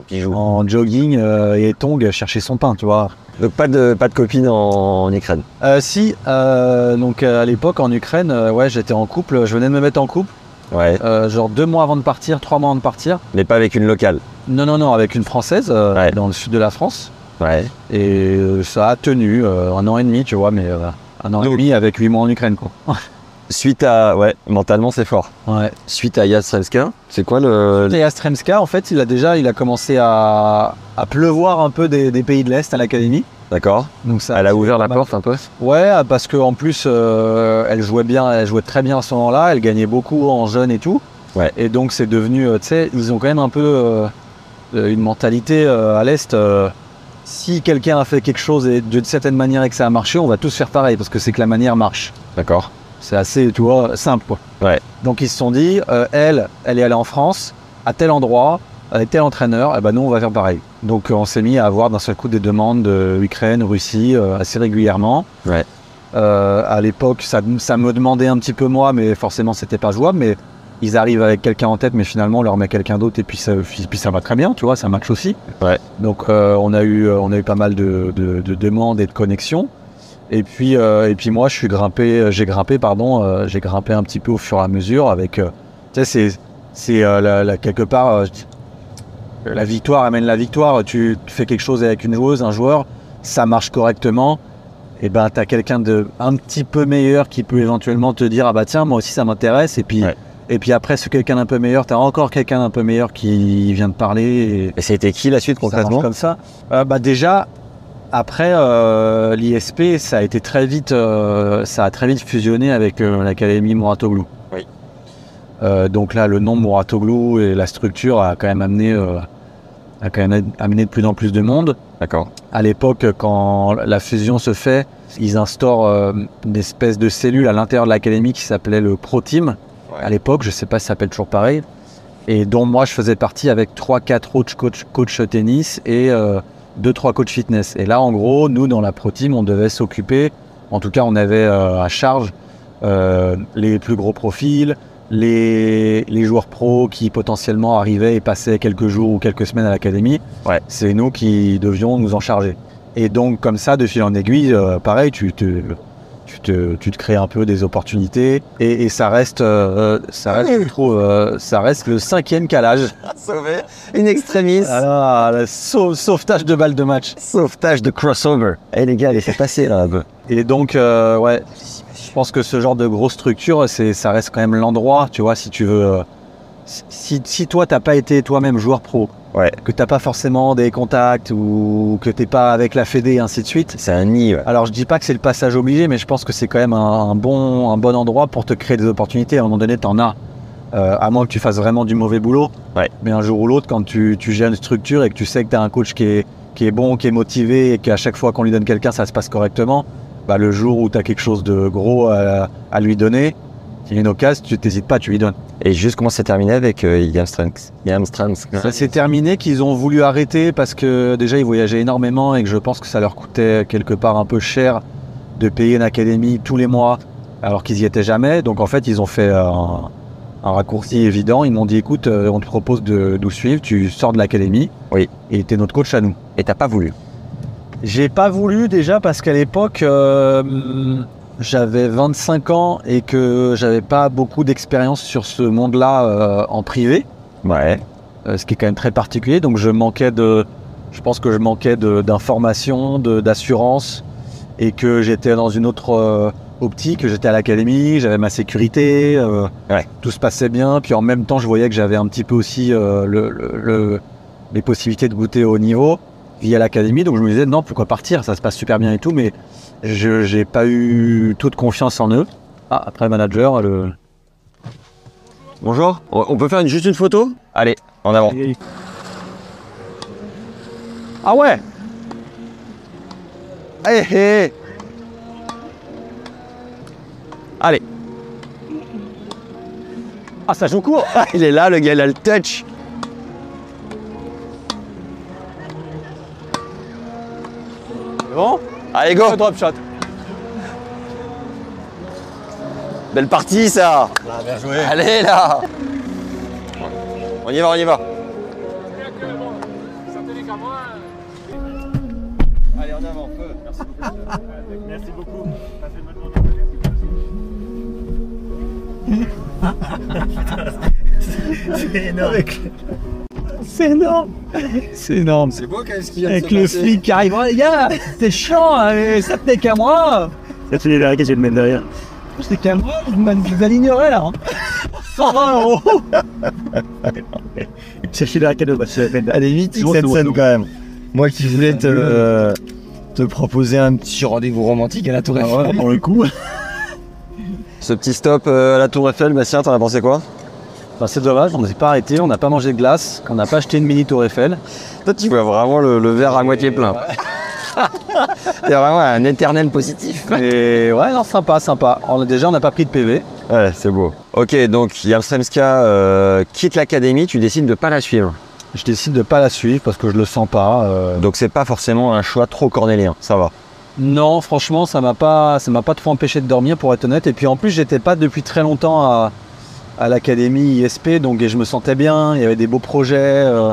Speaker 1: Bijou.
Speaker 2: en jogging euh, et tongs chercher son pain, tu vois.
Speaker 1: Donc pas de, pas de copine en, en Ukraine.
Speaker 2: Euh, si, euh, donc euh, à l'époque en Ukraine, euh, ouais, j'étais en couple, je venais de me mettre en couple.
Speaker 1: Ouais.
Speaker 2: Euh, genre deux mois avant de partir, trois mois avant de partir.
Speaker 1: Mais pas avec une locale.
Speaker 2: Non, non, non, avec une Française euh,
Speaker 1: Ouais.
Speaker 2: dans le sud de la France.
Speaker 1: Ouais.
Speaker 2: Et euh, ça a tenu euh, un an et demi, tu vois, mais euh, un an et
Speaker 1: Donc-
Speaker 2: demi avec huit mois en Ukraine, quoi.
Speaker 1: Suite à... Ouais, mentalement c'est fort.
Speaker 2: Ouais.
Speaker 1: Suite à Yastremska, c'est quoi le...
Speaker 2: Et Astremska, en fait, il a déjà il a commencé à, à pleuvoir un peu des, des pays de l'Est à l'académie.
Speaker 1: D'accord.
Speaker 2: Donc ça,
Speaker 1: Elle a ouvert la
Speaker 2: bah,
Speaker 1: porte un peu
Speaker 2: Ouais, parce qu'en plus, euh, elle jouait bien, elle jouait très bien à ce moment-là, elle gagnait beaucoup en jeune et tout.
Speaker 1: Ouais.
Speaker 2: Et donc, c'est devenu, euh, tu sais, ils ont quand même un peu euh, euh, une mentalité euh, à l'Est. euh, si quelqu'un a fait quelque chose et d'une certaine manière et que ça a marché, on va tous faire pareil parce que c'est que la manière marche.
Speaker 1: D'accord.
Speaker 2: C'est assez, tu vois, simple quoi.
Speaker 1: Ouais.
Speaker 2: Donc, ils se sont dit, euh, elle, elle est allée en France, à tel endroit, avec tel entraîneur, et ben nous, on va faire pareil. Donc, euh, on s'est mis à avoir d'un seul coup des demandes de Ukraine, Russie, euh, assez régulièrement. Euh, à l'époque, ça, ça me demandait un petit peu moi, mais forcément, c'était pas jouable. Mais ils arrivent avec quelqu'un en tête, mais finalement, on leur met quelqu'un d'autre, et puis ça, puis ça va très bien, tu vois, ça match aussi.
Speaker 1: Ouais.
Speaker 2: Donc, euh, on, a eu, on a eu pas mal de, de- de demandes et de connexions. Et puis, euh, et puis moi, je suis grimpé, j'ai grimpé, pardon, euh, j'ai grimpé un petit peu au fur et à mesure avec. euh, tu sais, c'est- c'est euh, la- la- quelque part, euh, la victoire amène la victoire. Tu fais quelque chose avec une joueuse, un joueur, ça marche correctement. Et ben, t'as quelqu'un de un petit peu meilleur qui peut éventuellement te dire ah bah tiens, moi aussi ça m'intéresse. Et puis,
Speaker 1: Ouais.
Speaker 2: et puis après, ce quelqu'un d'un peu meilleur, t'as encore quelqu'un d'un peu meilleur qui vient de parler.
Speaker 1: Et c'était qui la suite
Speaker 2: Et ça marche
Speaker 1: concrètement
Speaker 2: comme ça. Euh, bah déjà. Après euh, l'ISP, ça a été très vite, euh, ça a très vite fusionné avec euh, l'académie Mouratoglou.
Speaker 1: Oui.
Speaker 2: Euh, donc là, le nom Mouratoglou et la structure a quand même amené, euh, a quand même amené de plus en plus de monde.
Speaker 1: D'accord.
Speaker 2: À l'époque, quand la fusion se fait, ils instaurent euh, une espèce de cellule à l'intérieur de l'académie qui s'appelait le Pro Team.
Speaker 1: Ouais.
Speaker 2: À l'époque, je sais pas si ça s'appelle toujours pareil, et dont moi je faisais partie avec 3-4 autres coachs coach tennis et euh, 2-3 coachs fitness. Et là, en gros, nous dans la Pro Team, on devait s'occuper, en tout cas, on avait euh, à charge euh, les plus gros profils. Les, les joueurs pros qui potentiellement arrivaient et passaient quelques jours ou quelques semaines à l'académie,
Speaker 1: Ouais.
Speaker 2: c'est nous qui devions nous en charger. Et donc, comme ça, de fil en aiguille, euh, pareil, tu, te- tu te, tu te crées un peu des opportunités et, et ça reste, euh, ça reste, je trouve, euh, ça reste le cinquième calage.
Speaker 1: Sauver une extrémiste.
Speaker 2: Ah, le sau- sauvetage de balles de match.
Speaker 1: Sauvetage de crossover. Eh les gars, laissez passer là un peu.
Speaker 2: Et donc, euh, ouais, je pense que ce genre de grosse structure, c'est, ça reste quand même l'endroit, tu vois, si tu veux. euh, si- si, si toi, t'as pas été toi-même joueur pro,
Speaker 1: Ouais.
Speaker 2: que t'as pas forcément des contacts ou que t'es pas avec la Fédé et ainsi de suite,
Speaker 1: C'est un nid. ouais.
Speaker 2: alors je dis pas que c'est le passage obligé, mais je pense que c'est quand même un, un bon, un bon endroit pour te créer des opportunités. À un moment donné, t'en as. Euh, à moins que tu fasses vraiment du mauvais boulot.
Speaker 1: Ouais.
Speaker 2: Mais un jour ou l'autre, quand tu, tu gères une structure et que tu sais que tu as un coach qui est, qui est bon, qui est motivé et qu'à chaque fois qu'on lui donne quelqu'un, ça se passe correctement, bah, le jour où tu as quelque chose de gros à, à lui donner, il y a une occasion, tu t'hésites pas, tu lui donnes.
Speaker 1: Et juste comment c'est terminé avec euh, Yamstrans. Yamstrans.
Speaker 2: Ça s'est terminé qu'ils ont voulu arrêter parce que déjà ils voyageaient énormément et que je pense que ça leur coûtait quelque part un peu cher de payer une académie tous les mois alors qu'ils y étaient jamais. Donc en fait ils ont fait un, un raccourci évident. Ils m'ont dit écoute euh, on te propose de nous suivre, tu sors de l'académie
Speaker 1: Oui.
Speaker 2: et t'es notre coach à nous.
Speaker 1: Et t'as pas voulu.
Speaker 2: J'ai pas voulu déjà parce qu'à l'époque euh, j'avais 25 ans et que j'avais pas beaucoup d'expérience sur ce monde-là euh, en privé.
Speaker 1: Ouais.
Speaker 2: Euh, ce qui est quand même très particulier. Donc je manquais de, je pense que je manquais de- d'informations, de- d'assurance, et que j'étais dans une autre euh, optique. J'étais à l'académie, j'avais ma sécurité, euh,
Speaker 1: Ouais.
Speaker 2: tout se passait bien. Puis en même temps, je voyais que j'avais un petit peu aussi euh, le- le- le- les possibilités de goûter au niveau via l'académie. Donc je me disais non, pourquoi partir Ça se passe super bien et tout, mais je j'ai pas eu toute confiance en eux. Ah, après le manager, le
Speaker 1: Bonjour. On on peut faire une- juste une photo Allez, en avant.
Speaker 2: Ah ouais Eh eh
Speaker 1: Allez.
Speaker 2: Ah ça joue court
Speaker 1: Ah, il est là, le gars, il a le touch.
Speaker 2: Bon
Speaker 1: Allez, go.
Speaker 2: drop shot
Speaker 1: Belle partie, ça. Allez, là. On y va, on y va. Allez, en avant, feu. Merci
Speaker 4: C'est énorme C'est énorme
Speaker 1: C'est beau quand même ce qui vient
Speaker 4: Avec le flic qui arrive, Oh, les gars, c'est chiant, hein, mais ça tenait qu'à moi
Speaker 3: Ça, tu les verras que je vais te mettre derrière.
Speaker 4: C'est qu'à moi, je m'en- je vous alignerai là hein. 120 euros
Speaker 3: Cherchez la raquette de match.
Speaker 5: Elle est mythique
Speaker 3: Sinon,
Speaker 5: cette
Speaker 3: c'est
Speaker 5: scène
Speaker 3: bon.
Speaker 5: quand même. Moi qui voulais te, euh, te proposer un petit rendez-vous romantique à la Tour Eiffel.
Speaker 4: pour le coup.
Speaker 1: Ce petit stop euh, à la Tour Eiffel, Bastien, t'en as pensé quoi
Speaker 2: Bah, c'est dommage, on ne s'est pas arrêté, on n'a pas mangé de glace, on n'a pas acheté une mini tour Eiffel.
Speaker 1: Toi, tu vois vraiment le, le verre à moitié plein. T'es vraiment un éternel positif.
Speaker 2: Et ouais non sympa, sympa. On a- déjà on n'a pas pris de PV.
Speaker 1: Ouais, c'est beau. Ok, donc Yamstremska euh, quitte l'académie, tu décides de pas la suivre.
Speaker 2: Je décide de pas la suivre parce que je le sens pas. euh.
Speaker 1: Donc c'est pas forcément un choix trop cornélien, ça va.
Speaker 2: Non franchement ça m'a pas ça m'a pas trop empêché de dormir pour être honnête. Et puis en plus j'étais pas depuis très longtemps à, à l'académie ISP donc et je me sentais bien, il y avait des beaux projets. euh,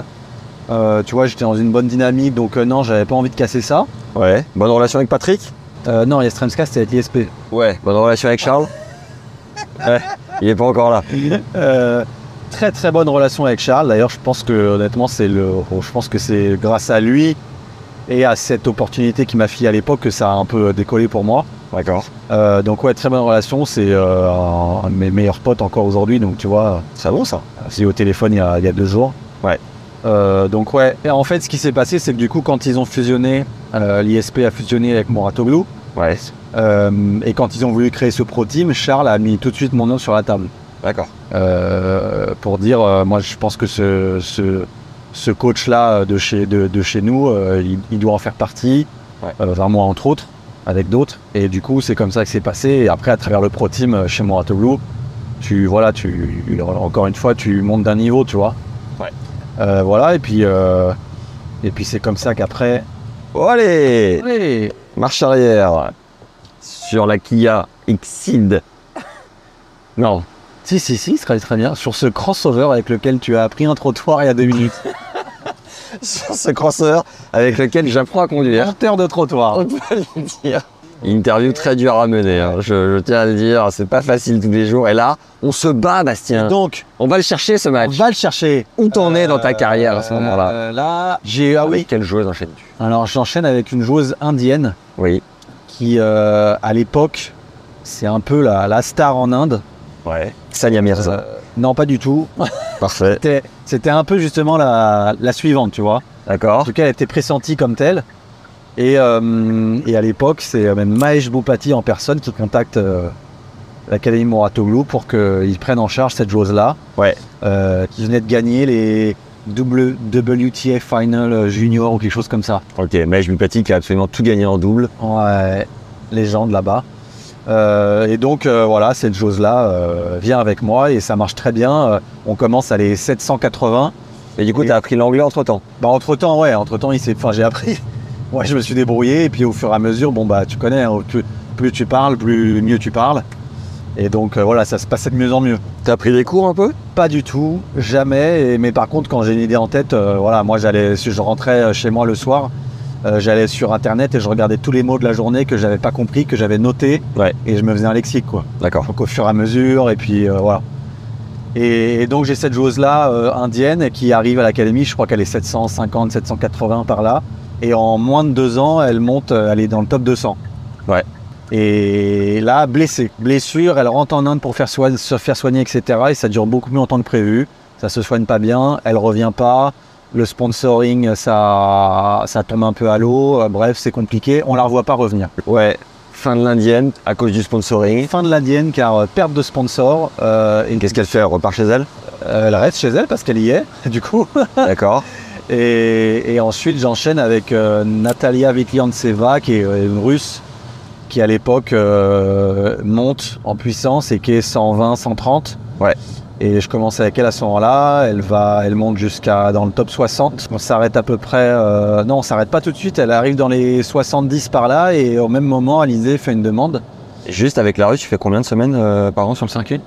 Speaker 2: euh, tu vois, j'étais dans une bonne dynamique, donc euh, non, j'avais pas envie de casser ça.
Speaker 1: Ouais. Bonne relation avec Patrick
Speaker 2: Euh, non, Yastremska, c'était avec l'ISP.
Speaker 1: Ouais. Bonne relation avec Charles Ouais. Il est pas encore là.
Speaker 2: Euh, très très bonne relation avec Charles. D'ailleurs, je pense que honnêtement, c'est le, oh, je pense que c'est grâce à lui et à cette opportunité qu'il m'a filée à l'époque que ça a un peu décollé pour moi.
Speaker 1: D'accord.
Speaker 2: Euh, donc ouais, très bonne relation. C'est euh, un de mes meilleurs potes encore aujourd'hui. Donc tu vois,
Speaker 1: C'est bon ça.
Speaker 2: j'ai eu au téléphone il y a, il y a deux jours.
Speaker 1: Ouais.
Speaker 2: Euh, donc ouais. Et en fait, ce qui s'est passé, c'est que du coup, quand ils ont fusionné, euh, l'ISP a fusionné avec Mouratoglou.
Speaker 1: Ouais.
Speaker 2: Euh, et quand ils ont voulu créer ce pro team, Charles a mis tout de suite mon nom sur la table.
Speaker 1: D'accord.
Speaker 2: Euh, pour dire, euh, moi je pense que ce, ce, ce coach-là euh, de chez, de, de chez nous, euh, il, il doit en faire partie,
Speaker 1: Ouais.
Speaker 2: euh, enfin, moi entre autres, avec d'autres. Et du coup, c'est comme ça que c'est passé. Et après, à travers le pro team euh, chez Mouratoglou, tu, voilà, tu, encore une fois, tu montes d'un niveau, tu vois.
Speaker 1: Ouais.
Speaker 2: Euh, voilà, et puis, euh, et puis c'est comme ça qu'après.
Speaker 1: Oh, allez
Speaker 2: Allez,
Speaker 1: Marche arrière. Sur la Kia Xceed. Non.
Speaker 2: Si, si, si, ce serait très bien. Sur ce crossover avec lequel tu as appris un trottoir il y a deux minutes.
Speaker 1: Sur ce crossover avec lequel j'apprends à conduire.
Speaker 2: Monteur de trottoir.
Speaker 1: On peut le dire. Interview très dure à mener, hein. je, je tiens à le dire, c'est pas facile tous les jours. Et là, on se bat, Bastien.
Speaker 2: Donc,
Speaker 1: On va le chercher ce
Speaker 2: on
Speaker 1: match.
Speaker 2: va le chercher.
Speaker 1: Où t'en es dans ta carrière à ce
Speaker 2: Euh,
Speaker 1: moment-là
Speaker 2: Là, j'ai. Ah oui.
Speaker 1: Quelle joueuse enchaînes-tu
Speaker 2: Alors, j'enchaîne avec une joueuse indienne
Speaker 1: Oui.
Speaker 2: qui, euh, à l'époque, c'est un peu la, la star en Inde.
Speaker 1: Ouais. Sania Mirza.
Speaker 2: Euh, non, pas du tout.
Speaker 1: Parfait.
Speaker 2: C'était- C'était un peu justement la, la suivante, tu vois. En
Speaker 1: D'accord.
Speaker 2: tout cas, elle était pressentie comme telle. Et, euh, et à l'époque, c'est même Mahesh Bhupati en personne qui contacte euh, l'Académie Mouratoglou pour qu'ils prennent en charge cette joueuse-là.
Speaker 1: Ouais.
Speaker 2: Euh, qui venait de gagner les W- WTA Final euh, Junior ou quelque chose comme ça.
Speaker 1: Ok, Maj Bupati qui a absolument tout gagné en double.
Speaker 2: Ouais, euh, légende là-bas. Euh, et donc euh, voilà, cette chose-là euh, vient avec moi et ça marche très bien. Euh, on commence à les 780.
Speaker 1: Et du coup,
Speaker 2: Et-
Speaker 1: t'as appris l'anglais entre temps.
Speaker 2: Bah entre temps, ouais, entre temps, il s'est, enfin j'ai appris. Ouais, je me suis débrouillé et puis au fur et à mesure, bon bah tu connais, hein, plus, plus tu parles, plus mieux tu parles. Et donc euh, voilà, ça se passait de mieux en mieux.
Speaker 1: T'as pris des cours un peu
Speaker 2: Pas du tout, jamais. et- mais par contre, quand j'ai une idée en tête, euh, voilà, moi j'allais, si je rentrais chez moi le soir, euh, j'allais sur internet et je regardais tous les mots de la journée que j'avais pas compris, que j'avais noté,
Speaker 1: Ouais.
Speaker 2: et je me faisais un lexique quoi.
Speaker 1: D'accord.
Speaker 2: Donc au fur et à mesure, et puis euh, voilà. Et, et donc j'ai cette joueuse là indienne qui arrive à l'académie, je crois qu'elle est 750, 780 par là, et en moins de deux ans, elle monte, euh, elle est dans le top 200.
Speaker 1: Ouais.
Speaker 2: Et là, blessée, blessure, elle rentre en Inde pour faire soigne- se faire soigner, etc. Et ça dure beaucoup plus longtemps que prévu. Ça se soigne pas bien, elle revient pas. Le sponsoring, ça, ça tombe un peu à l'eau. euh, Bref, c'est compliqué. On la revoit pas revenir.
Speaker 1: Ouais. Fin de l'indienne à cause du sponsoring.
Speaker 2: Fin de l'indienne car euh, perte de sponsor. euh, et
Speaker 1: Qu'est-ce qu'elle fait Elle repart chez elle
Speaker 2: Euh, elle reste chez elle parce qu'elle y est, du coup.
Speaker 1: D'accord.
Speaker 2: Et, et ensuite, j'enchaîne avec euh, Natalia Vitliantseva, qui est euh, une russe, qui à l'époque euh, monte en puissance et qui est 120, 130.
Speaker 1: Ouais.
Speaker 2: Et je commence avec elle à ce moment-là. Elle va, elle monte jusqu'à dans le top 60. On s'arrête à peu près. euh, non, on s'arrête pas tout de suite. Elle arrive dans les 70 par là. Et au même moment, Alizé fait une demande.
Speaker 1: Et Juste avec la Russie, tu fais combien de semaines euh, par an sur le circuit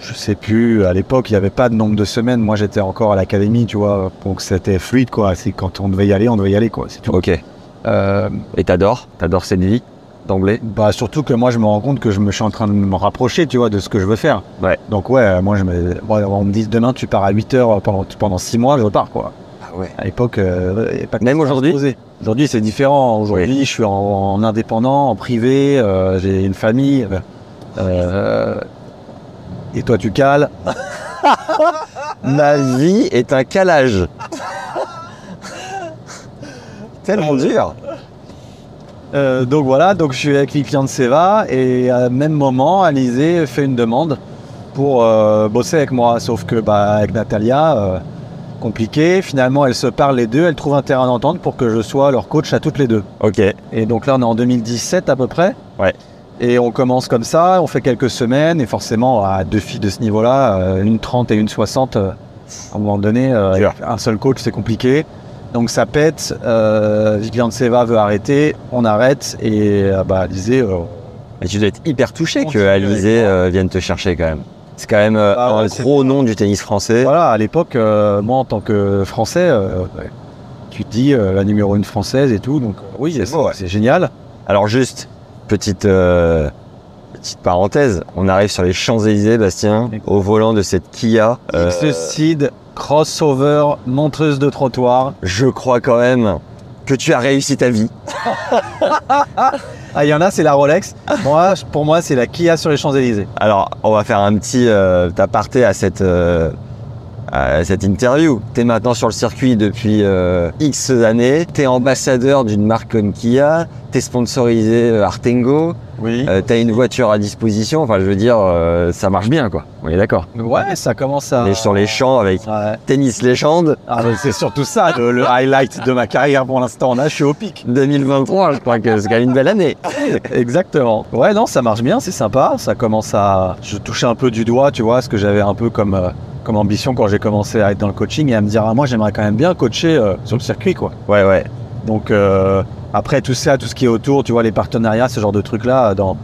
Speaker 2: Je sais plus, à l'époque, il n'y avait pas de nombre de semaines. Moi, j'étais encore à l'académie, tu vois. Donc, c'était fluide, quoi. C'est quand on devait y aller, on devait y aller, quoi. C'est tout.
Speaker 1: Ok.
Speaker 2: Euh,
Speaker 1: Et t'adores T'adores cette vie d'emblée
Speaker 2: bah, surtout que moi, je me rends compte que je me suis en train de me rapprocher, tu vois, de ce que je veux faire.
Speaker 1: Ouais.
Speaker 2: Donc, ouais, moi, je me... ouais, on me dit demain, tu pars à 8 heures pendant, pendant 6 mois, je repars, quoi.
Speaker 1: Ah ouais.
Speaker 2: À l'époque, euh, il y avait pas de
Speaker 1: Même
Speaker 2: questions à se
Speaker 1: aujourd'hui
Speaker 2: poser. Aujourd'hui, c'est différent. Aujourd'hui, je suis en, en indépendant, en privé, euh, j'ai une famille. euh, et toi, tu cales.
Speaker 1: Ma vie est un calage. Tellement dur.
Speaker 2: Euh, donc voilà, donc je suis avec les clients de Seva et à même moment, Alizé fait une demande pour euh, bosser avec moi. Sauf que bah, avec Natalia, euh, compliqué. Finalement, elles se parlent les deux, elles trouvent un terrain d'entente pour que je sois leur coach à toutes les deux.
Speaker 1: Ok.
Speaker 2: Et donc là, on est en 2017 à peu près.
Speaker 1: Ouais.
Speaker 2: Et on commence comme ça, on fait quelques semaines et forcément, à deux filles de ce niveau-là, euh, une 30 et une 60, euh, à un moment donné, euh,
Speaker 1: Dur.
Speaker 2: un seul coach, c'est compliqué. Donc ça pète, euh, Viviane Seva veut arrêter, on arrête et euh, bah, disait, euh,
Speaker 1: Et tu dois être hyper touché que
Speaker 2: Continue avec
Speaker 1: Alizé
Speaker 2: moi.
Speaker 1: euh, vienne te chercher quand même. C'est quand même euh,
Speaker 2: Ah ouais,
Speaker 1: un
Speaker 2: c'est-
Speaker 1: gros nom du tennis français.
Speaker 2: voilà, à l'époque, euh, moi en tant que Français, euh, tu te dis euh, la numéro une française et tout, donc euh, oui, c'est
Speaker 1: beau, ouais.
Speaker 2: c'est génial.
Speaker 1: Alors juste, petite, euh, petite parenthèse, on arrive sur les Champs-Élysées, Bastien, au volant de cette Kia. Euh,
Speaker 2: X-Seed, crossover, montreuse de trottoir.
Speaker 1: je crois quand même que tu as réussi ta vie.
Speaker 2: Ah, il y en a, c'est la Rolex. Moi, je- pour moi, c'est la Kia sur les Champs-Élysées.
Speaker 1: Alors, on va faire un petit euh, aparté à cette, euh, à cette interview. Tu es maintenant sur le circuit depuis euh, X années, tu es ambassadeur d'une marque comme Kia, tu es sponsorisé euh, Artengo,
Speaker 2: Oui.
Speaker 1: tu as une voiture à disposition, enfin je veux dire, euh, ça marche bien quoi. On est d'accord.
Speaker 2: Ouais, ça commence à.
Speaker 1: On est sur les champs avec
Speaker 2: Ouais.
Speaker 1: Tennis Légende,
Speaker 2: Ah, mais c'est surtout ça, le, le highlight de ma carrière pour l'instant. Là, je suis au pic.
Speaker 1: 2023, je crois que c'est quand même une belle année.
Speaker 2: Exactement. Ouais, non, ça marche bien, c'est sympa. Ça commence à. Je touchais un peu du doigt, tu vois, ce que j'avais un peu comme, euh, comme ambition quand j'ai commencé à être dans le coaching et à me dire, ah, moi, j'aimerais quand même bien coacher euh, sur le circuit, quoi.
Speaker 1: Ouais, ouais.
Speaker 2: Donc euh, après tout ça, tout ce qui est autour, tu vois, les partenariats, ce genre de trucs-là, dans,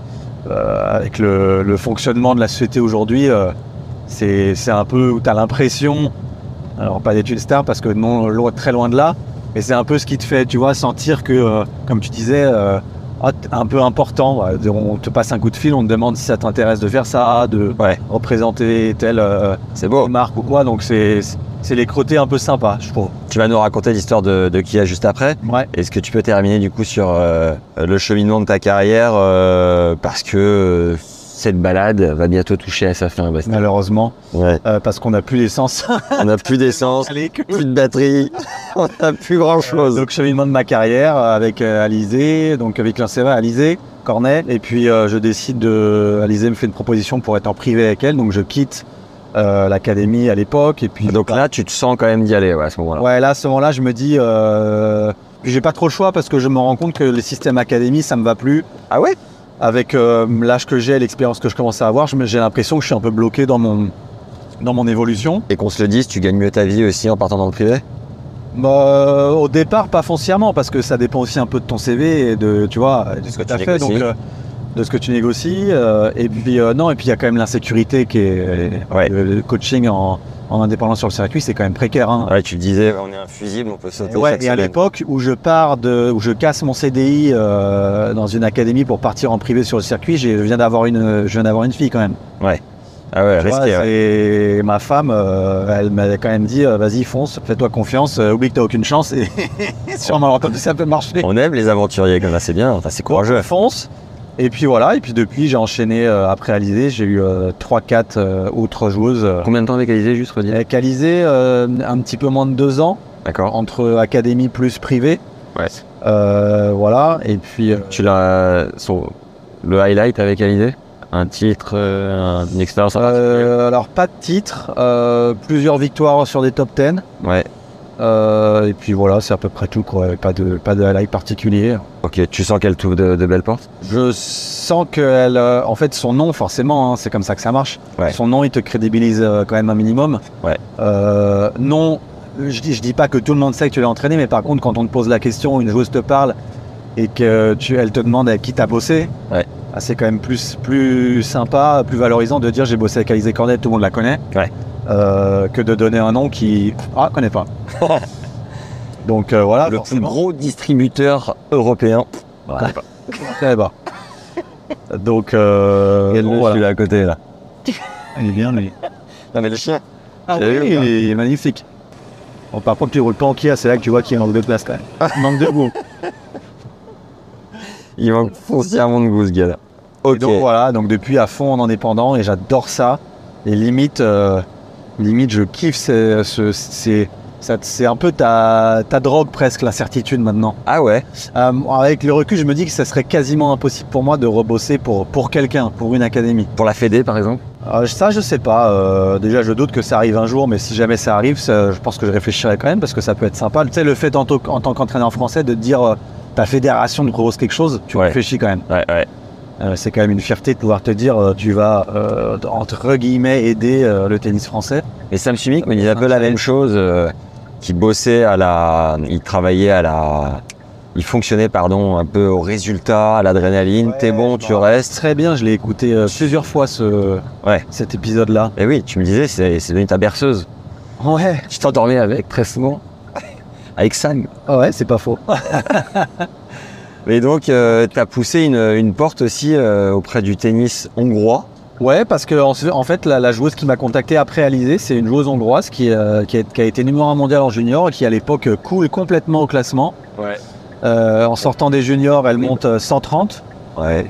Speaker 2: euh, avec le, le fonctionnement de la société aujourd'hui, euh, c'est c'est un peu où tu as l'impression, alors pas d'études star parce que non, lo- très loin de là, mais c'est un peu ce qui te fait, tu vois, sentir que, euh, comme tu disais, euh, ah, t- un peu important. ouais. On te passe un coup de fil, on te demande si ça t'intéresse de faire ça, de
Speaker 1: Ouais.
Speaker 2: représenter telle euh,
Speaker 1: C'est beau.
Speaker 2: marque ou quoi. Donc c'est c'est les crottés un peu sympas, je trouve.
Speaker 1: Tu vas nous raconter l'histoire de, de Kia juste après.
Speaker 2: Ouais.
Speaker 1: Est-ce que tu peux terminer du coup sur euh, le cheminement de ta carrière euh, parce que euh, cette balade va bientôt toucher à sa fin, Bastien.
Speaker 2: Malheureusement,
Speaker 1: Ouais.
Speaker 2: euh, parce qu'on n'a plus l'essence.
Speaker 1: On n'a plus d'essence,
Speaker 2: Allez, que-
Speaker 1: plus de batterie, on n'a plus grand chose.
Speaker 2: Donc cheminement de ma carrière euh, avec euh, Alizé, donc avec l'Inseva, Alizé, Cornet, et puis euh, je décide de. Alizé me fait une proposition pour être en privé avec elle, donc je quitte euh, l'académie à l'époque, et puis.
Speaker 1: Donc là, tu te sens quand même d'y aller ouais, à ce moment-là.
Speaker 2: Ouais, là, à ce moment-là, je me dis. Euh, puis j'ai pas trop le choix parce que je me rends compte que les systèmes académie, ça me va plus.
Speaker 1: Ah ouais
Speaker 2: Avec euh, l'âge que j'ai, l'expérience que je commence à avoir, je me- j'ai l'impression que je suis un peu bloqué dans mon, dans mon évolution.
Speaker 1: Et qu'on se le dise, tu gagnes mieux ta vie aussi en partant dans le privé
Speaker 2: Bah, euh, au départ, pas foncièrement, parce que ça dépend aussi un peu de ton CV et de, tu vois, de ce que
Speaker 1: tu
Speaker 2: tu as fait,
Speaker 1: négocies.
Speaker 2: donc, euh, de ce que tu négocies. euh, et puis, euh, non, et puis il y a quand même l'insécurité qui est. euh,
Speaker 1: Ouais.
Speaker 2: Le, le coaching en, en indépendant sur le circuit, c'est quand même précaire. hein.
Speaker 1: Ouais, tu le disais, on est infusible, on peut sauter
Speaker 2: Et ouais,
Speaker 1: chaque
Speaker 2: et à
Speaker 1: semaine.
Speaker 2: l'époque où je pars de, où je casse mon CDI euh, dans une académie pour partir en privé sur le circuit, j'ai- je viens d'avoir une, je viens d'avoir une fille quand même.
Speaker 1: Ah ouais,
Speaker 2: Tu vois,
Speaker 1: risqué. ouais.
Speaker 2: c'est- ma femme, euh, elle m'avait quand même dit, euh, vas-y fonce, fais-toi confiance, euh, oublie que t'as aucune chance et sûrement entendu ça peut marcher.
Speaker 1: On aime les aventuriers comme ça, c'est bien, enfin, c'est courageux.
Speaker 2: Donc, fonce. Et puis voilà, et puis depuis j'ai enchaîné euh, après Alizé, j'ai eu euh, 3-4 autres joueuses. euh,
Speaker 1: Combien de temps avec Alizé, juste redire
Speaker 2: Avec Alizé, euh, un petit peu moins de deux ans,
Speaker 1: D'accord.
Speaker 2: entre académie plus privé.
Speaker 1: Ouais.
Speaker 2: Euh, voilà, et puis euh,
Speaker 1: Tu l'as. Son... Le highlight avec Alizé Un titre, euh, un- une expérience en particulier
Speaker 2: euh, alors pas de titre, euh, plusieurs victoires sur des top 10.
Speaker 1: Ouais.
Speaker 2: Euh, et puis voilà, c'est à peu près tout, quoi. Pas de, pas de highlight particulier.
Speaker 1: Ok, tu sens qu'elle trouve de, de belles portes
Speaker 2: Je sens qu'elle, euh, en fait, son nom, forcément, hein, c'est comme ça que ça marche.
Speaker 1: Ouais.
Speaker 2: Son nom, il te crédibilise euh, quand même un minimum.
Speaker 1: Ouais.
Speaker 2: Euh, non, je dis, je dis pas que tout le monde sait que tu l'as entraîné, mais par contre, quand on te pose la question, une joueuse te parle et que tu, elle te demande avec qui t'as bossé,
Speaker 1: Ouais.
Speaker 2: ah, c'est quand même plus, plus sympa, plus valorisant de dire j'ai bossé avec Alizé Cornet, tout le monde la connaît,
Speaker 1: Ouais.
Speaker 2: Euh, que de donner un nom qui ah connaît pas. Donc euh, voilà,
Speaker 1: Le plus
Speaker 2: forcément.
Speaker 1: gros distributeur européen.
Speaker 2: Très bas. Donc, euh,
Speaker 1: Regarde-le,
Speaker 2: voilà.
Speaker 1: celui-là à côté, là.
Speaker 4: Elle est bien, mais.
Speaker 1: Non, mais le chien
Speaker 2: Ah
Speaker 1: T'as
Speaker 2: oui,
Speaker 1: vu ou pas
Speaker 2: il est magnifique. Bon, par contre, tu roules pas en Kia, c'est là que tu vois qu'il manque de place quand même. Manque de goût.
Speaker 1: Il manque foncièrement de goût, ce gars-là.
Speaker 2: Et donc voilà, donc depuis à fond en indépendant et j'adore ça. Et limite, euh, limite, je kiffe. C'est ce- c'est- ça- c'est un peu ta, ta drogue presque, l'incertitude maintenant.
Speaker 1: Ah ouais
Speaker 2: Euh, avec le recul, je me dis que ça serait quasiment impossible pour moi de rebosser pour, pour quelqu'un, pour une académie.
Speaker 1: Pour la Fédé, par exemple
Speaker 2: Euh, ça, je sais pas. Euh, déjà, je doute que ça arrive un jour, mais si jamais ça arrive, ça- je pense que je réfléchirai quand même parce que ça peut être sympa. Tu sais, le fait en, tant- en tant qu'entraîneur français de te dire euh, ta fédération nous propose quelque chose, tu
Speaker 1: Ouais.
Speaker 2: réfléchis quand même.
Speaker 1: Ouais, ouais.
Speaker 2: Euh, c'est quand même une fierté de pouvoir te dire euh, tu vas euh, entre guillemets aider euh, le tennis français.
Speaker 1: Et Sam Sumik me disait un peu la même chose, euh, qui bossait à la, il travaillait à la, il fonctionnait pardon un peu au résultat, à l'adrénaline.
Speaker 2: Ouais,
Speaker 1: T'es bon,
Speaker 2: je
Speaker 1: tu
Speaker 2: m'en
Speaker 1: restes.
Speaker 2: Très bien, je l'ai écouté euh, plusieurs fois ce
Speaker 1: Ouais.
Speaker 2: cet épisode là.
Speaker 1: Et Eh oui, tu me disais, c'est c'est devenu ta berceuse.
Speaker 2: Ouais,
Speaker 1: Tu t'endormais avec très souvent, avec Sam.
Speaker 2: ouais, c'est pas faux.
Speaker 1: Et donc, euh, t'as poussé une, une porte aussi euh, auprès du tennis hongrois.
Speaker 2: Ouais, parce que en, en fait, la, la joueuse qui m'a contacté après Alizé, c'est une joueuse hongroise qui, euh, qui, a, qui a été numéro 1 mondial en junior et qui, à l'époque, euh, coule complètement au classement.
Speaker 1: Ouais.
Speaker 2: Euh, en sortant des juniors, elle monte euh, 130.
Speaker 1: Ouais.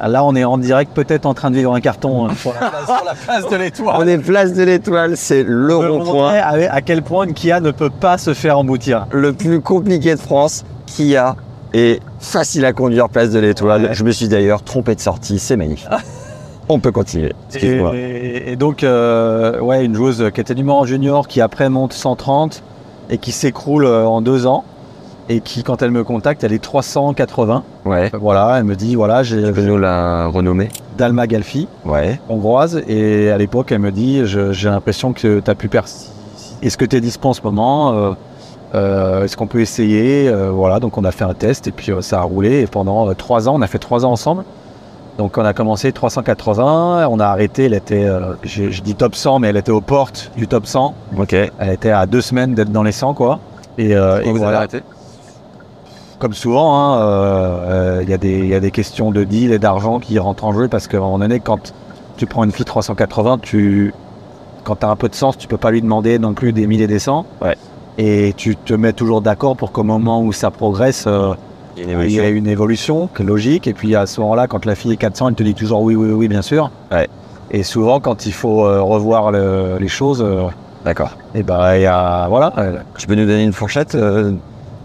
Speaker 2: Ah, Là, on est en direct, peut-être en train de vivre un carton euh, sur, la place, sur la place de l'étoile.
Speaker 1: On est place de l'étoile, c'est le
Speaker 2: On peut
Speaker 1: rond-point
Speaker 2: montrer à, à quel point une Kia ne peut pas se faire emboutir.
Speaker 1: le plus compliqué de France, Kia, et facile à conduire, place de l'étoile. Je me suis d'ailleurs trompé de sortie, c'est magnifique. On peut continuer.
Speaker 2: Et,
Speaker 1: Excuse-moi.
Speaker 2: et- et donc, euh, ouais, une joueuse qui était numéro en junior, qui après monte 130 et qui s'écroule euh, en deux ans. Et qui, quand elle me contacte, elle est 380.
Speaker 1: Ouais.
Speaker 2: Voilà, elle me dit, voilà, j'ai
Speaker 1: Tu peux nous la renommer
Speaker 2: Dalma Galfi,
Speaker 1: Ouais.
Speaker 2: hongroise, et à l'époque, elle me dit, je- j'ai l'impression que t'as pu perdre. Est-ce que t'es dispo en ce moment Euh, euh, Est-ce qu'on peut essayer Euh, Voilà, donc on a fait un test, et puis euh, ça a roulé, et pendant euh, trois ans, on a fait trois ans ensemble. Donc on a commencé 380, on a arrêté, elle était, euh, je, je dis top 100, mais elle était aux portes du top 100,
Speaker 1: Ok.
Speaker 2: elle était à deux semaines d'être dans les 100, quoi. Et, euh, et voilà.
Speaker 1: arrêté
Speaker 2: comme souvent, hein, euh, euh, il y, a des- il y a des questions de deal et d'argent qui rentrent en jeu parce qu'à un moment donné, quand tu prends une fille 380, tu, quand tu as un peu de sens, tu peux pas lui demander non plus des milliers et des cents.
Speaker 1: Ouais.
Speaker 2: Et tu te mets toujours d'accord pour qu'au moment où ça progresse, euh,
Speaker 1: Il y a une
Speaker 2: il y
Speaker 1: évolution.
Speaker 2: a une évolution qui est logique. Et puis à ce moment-là, quand la fille est 400, elle te dit toujours oui, oui, oui, bien sûr.
Speaker 1: Ouais.
Speaker 2: Et souvent, quand il faut euh, revoir le- les choses, euh,
Speaker 1: D'accord.
Speaker 2: et ben, il y a, voilà, euh,
Speaker 1: Tu peux nous donner une fourchette euh,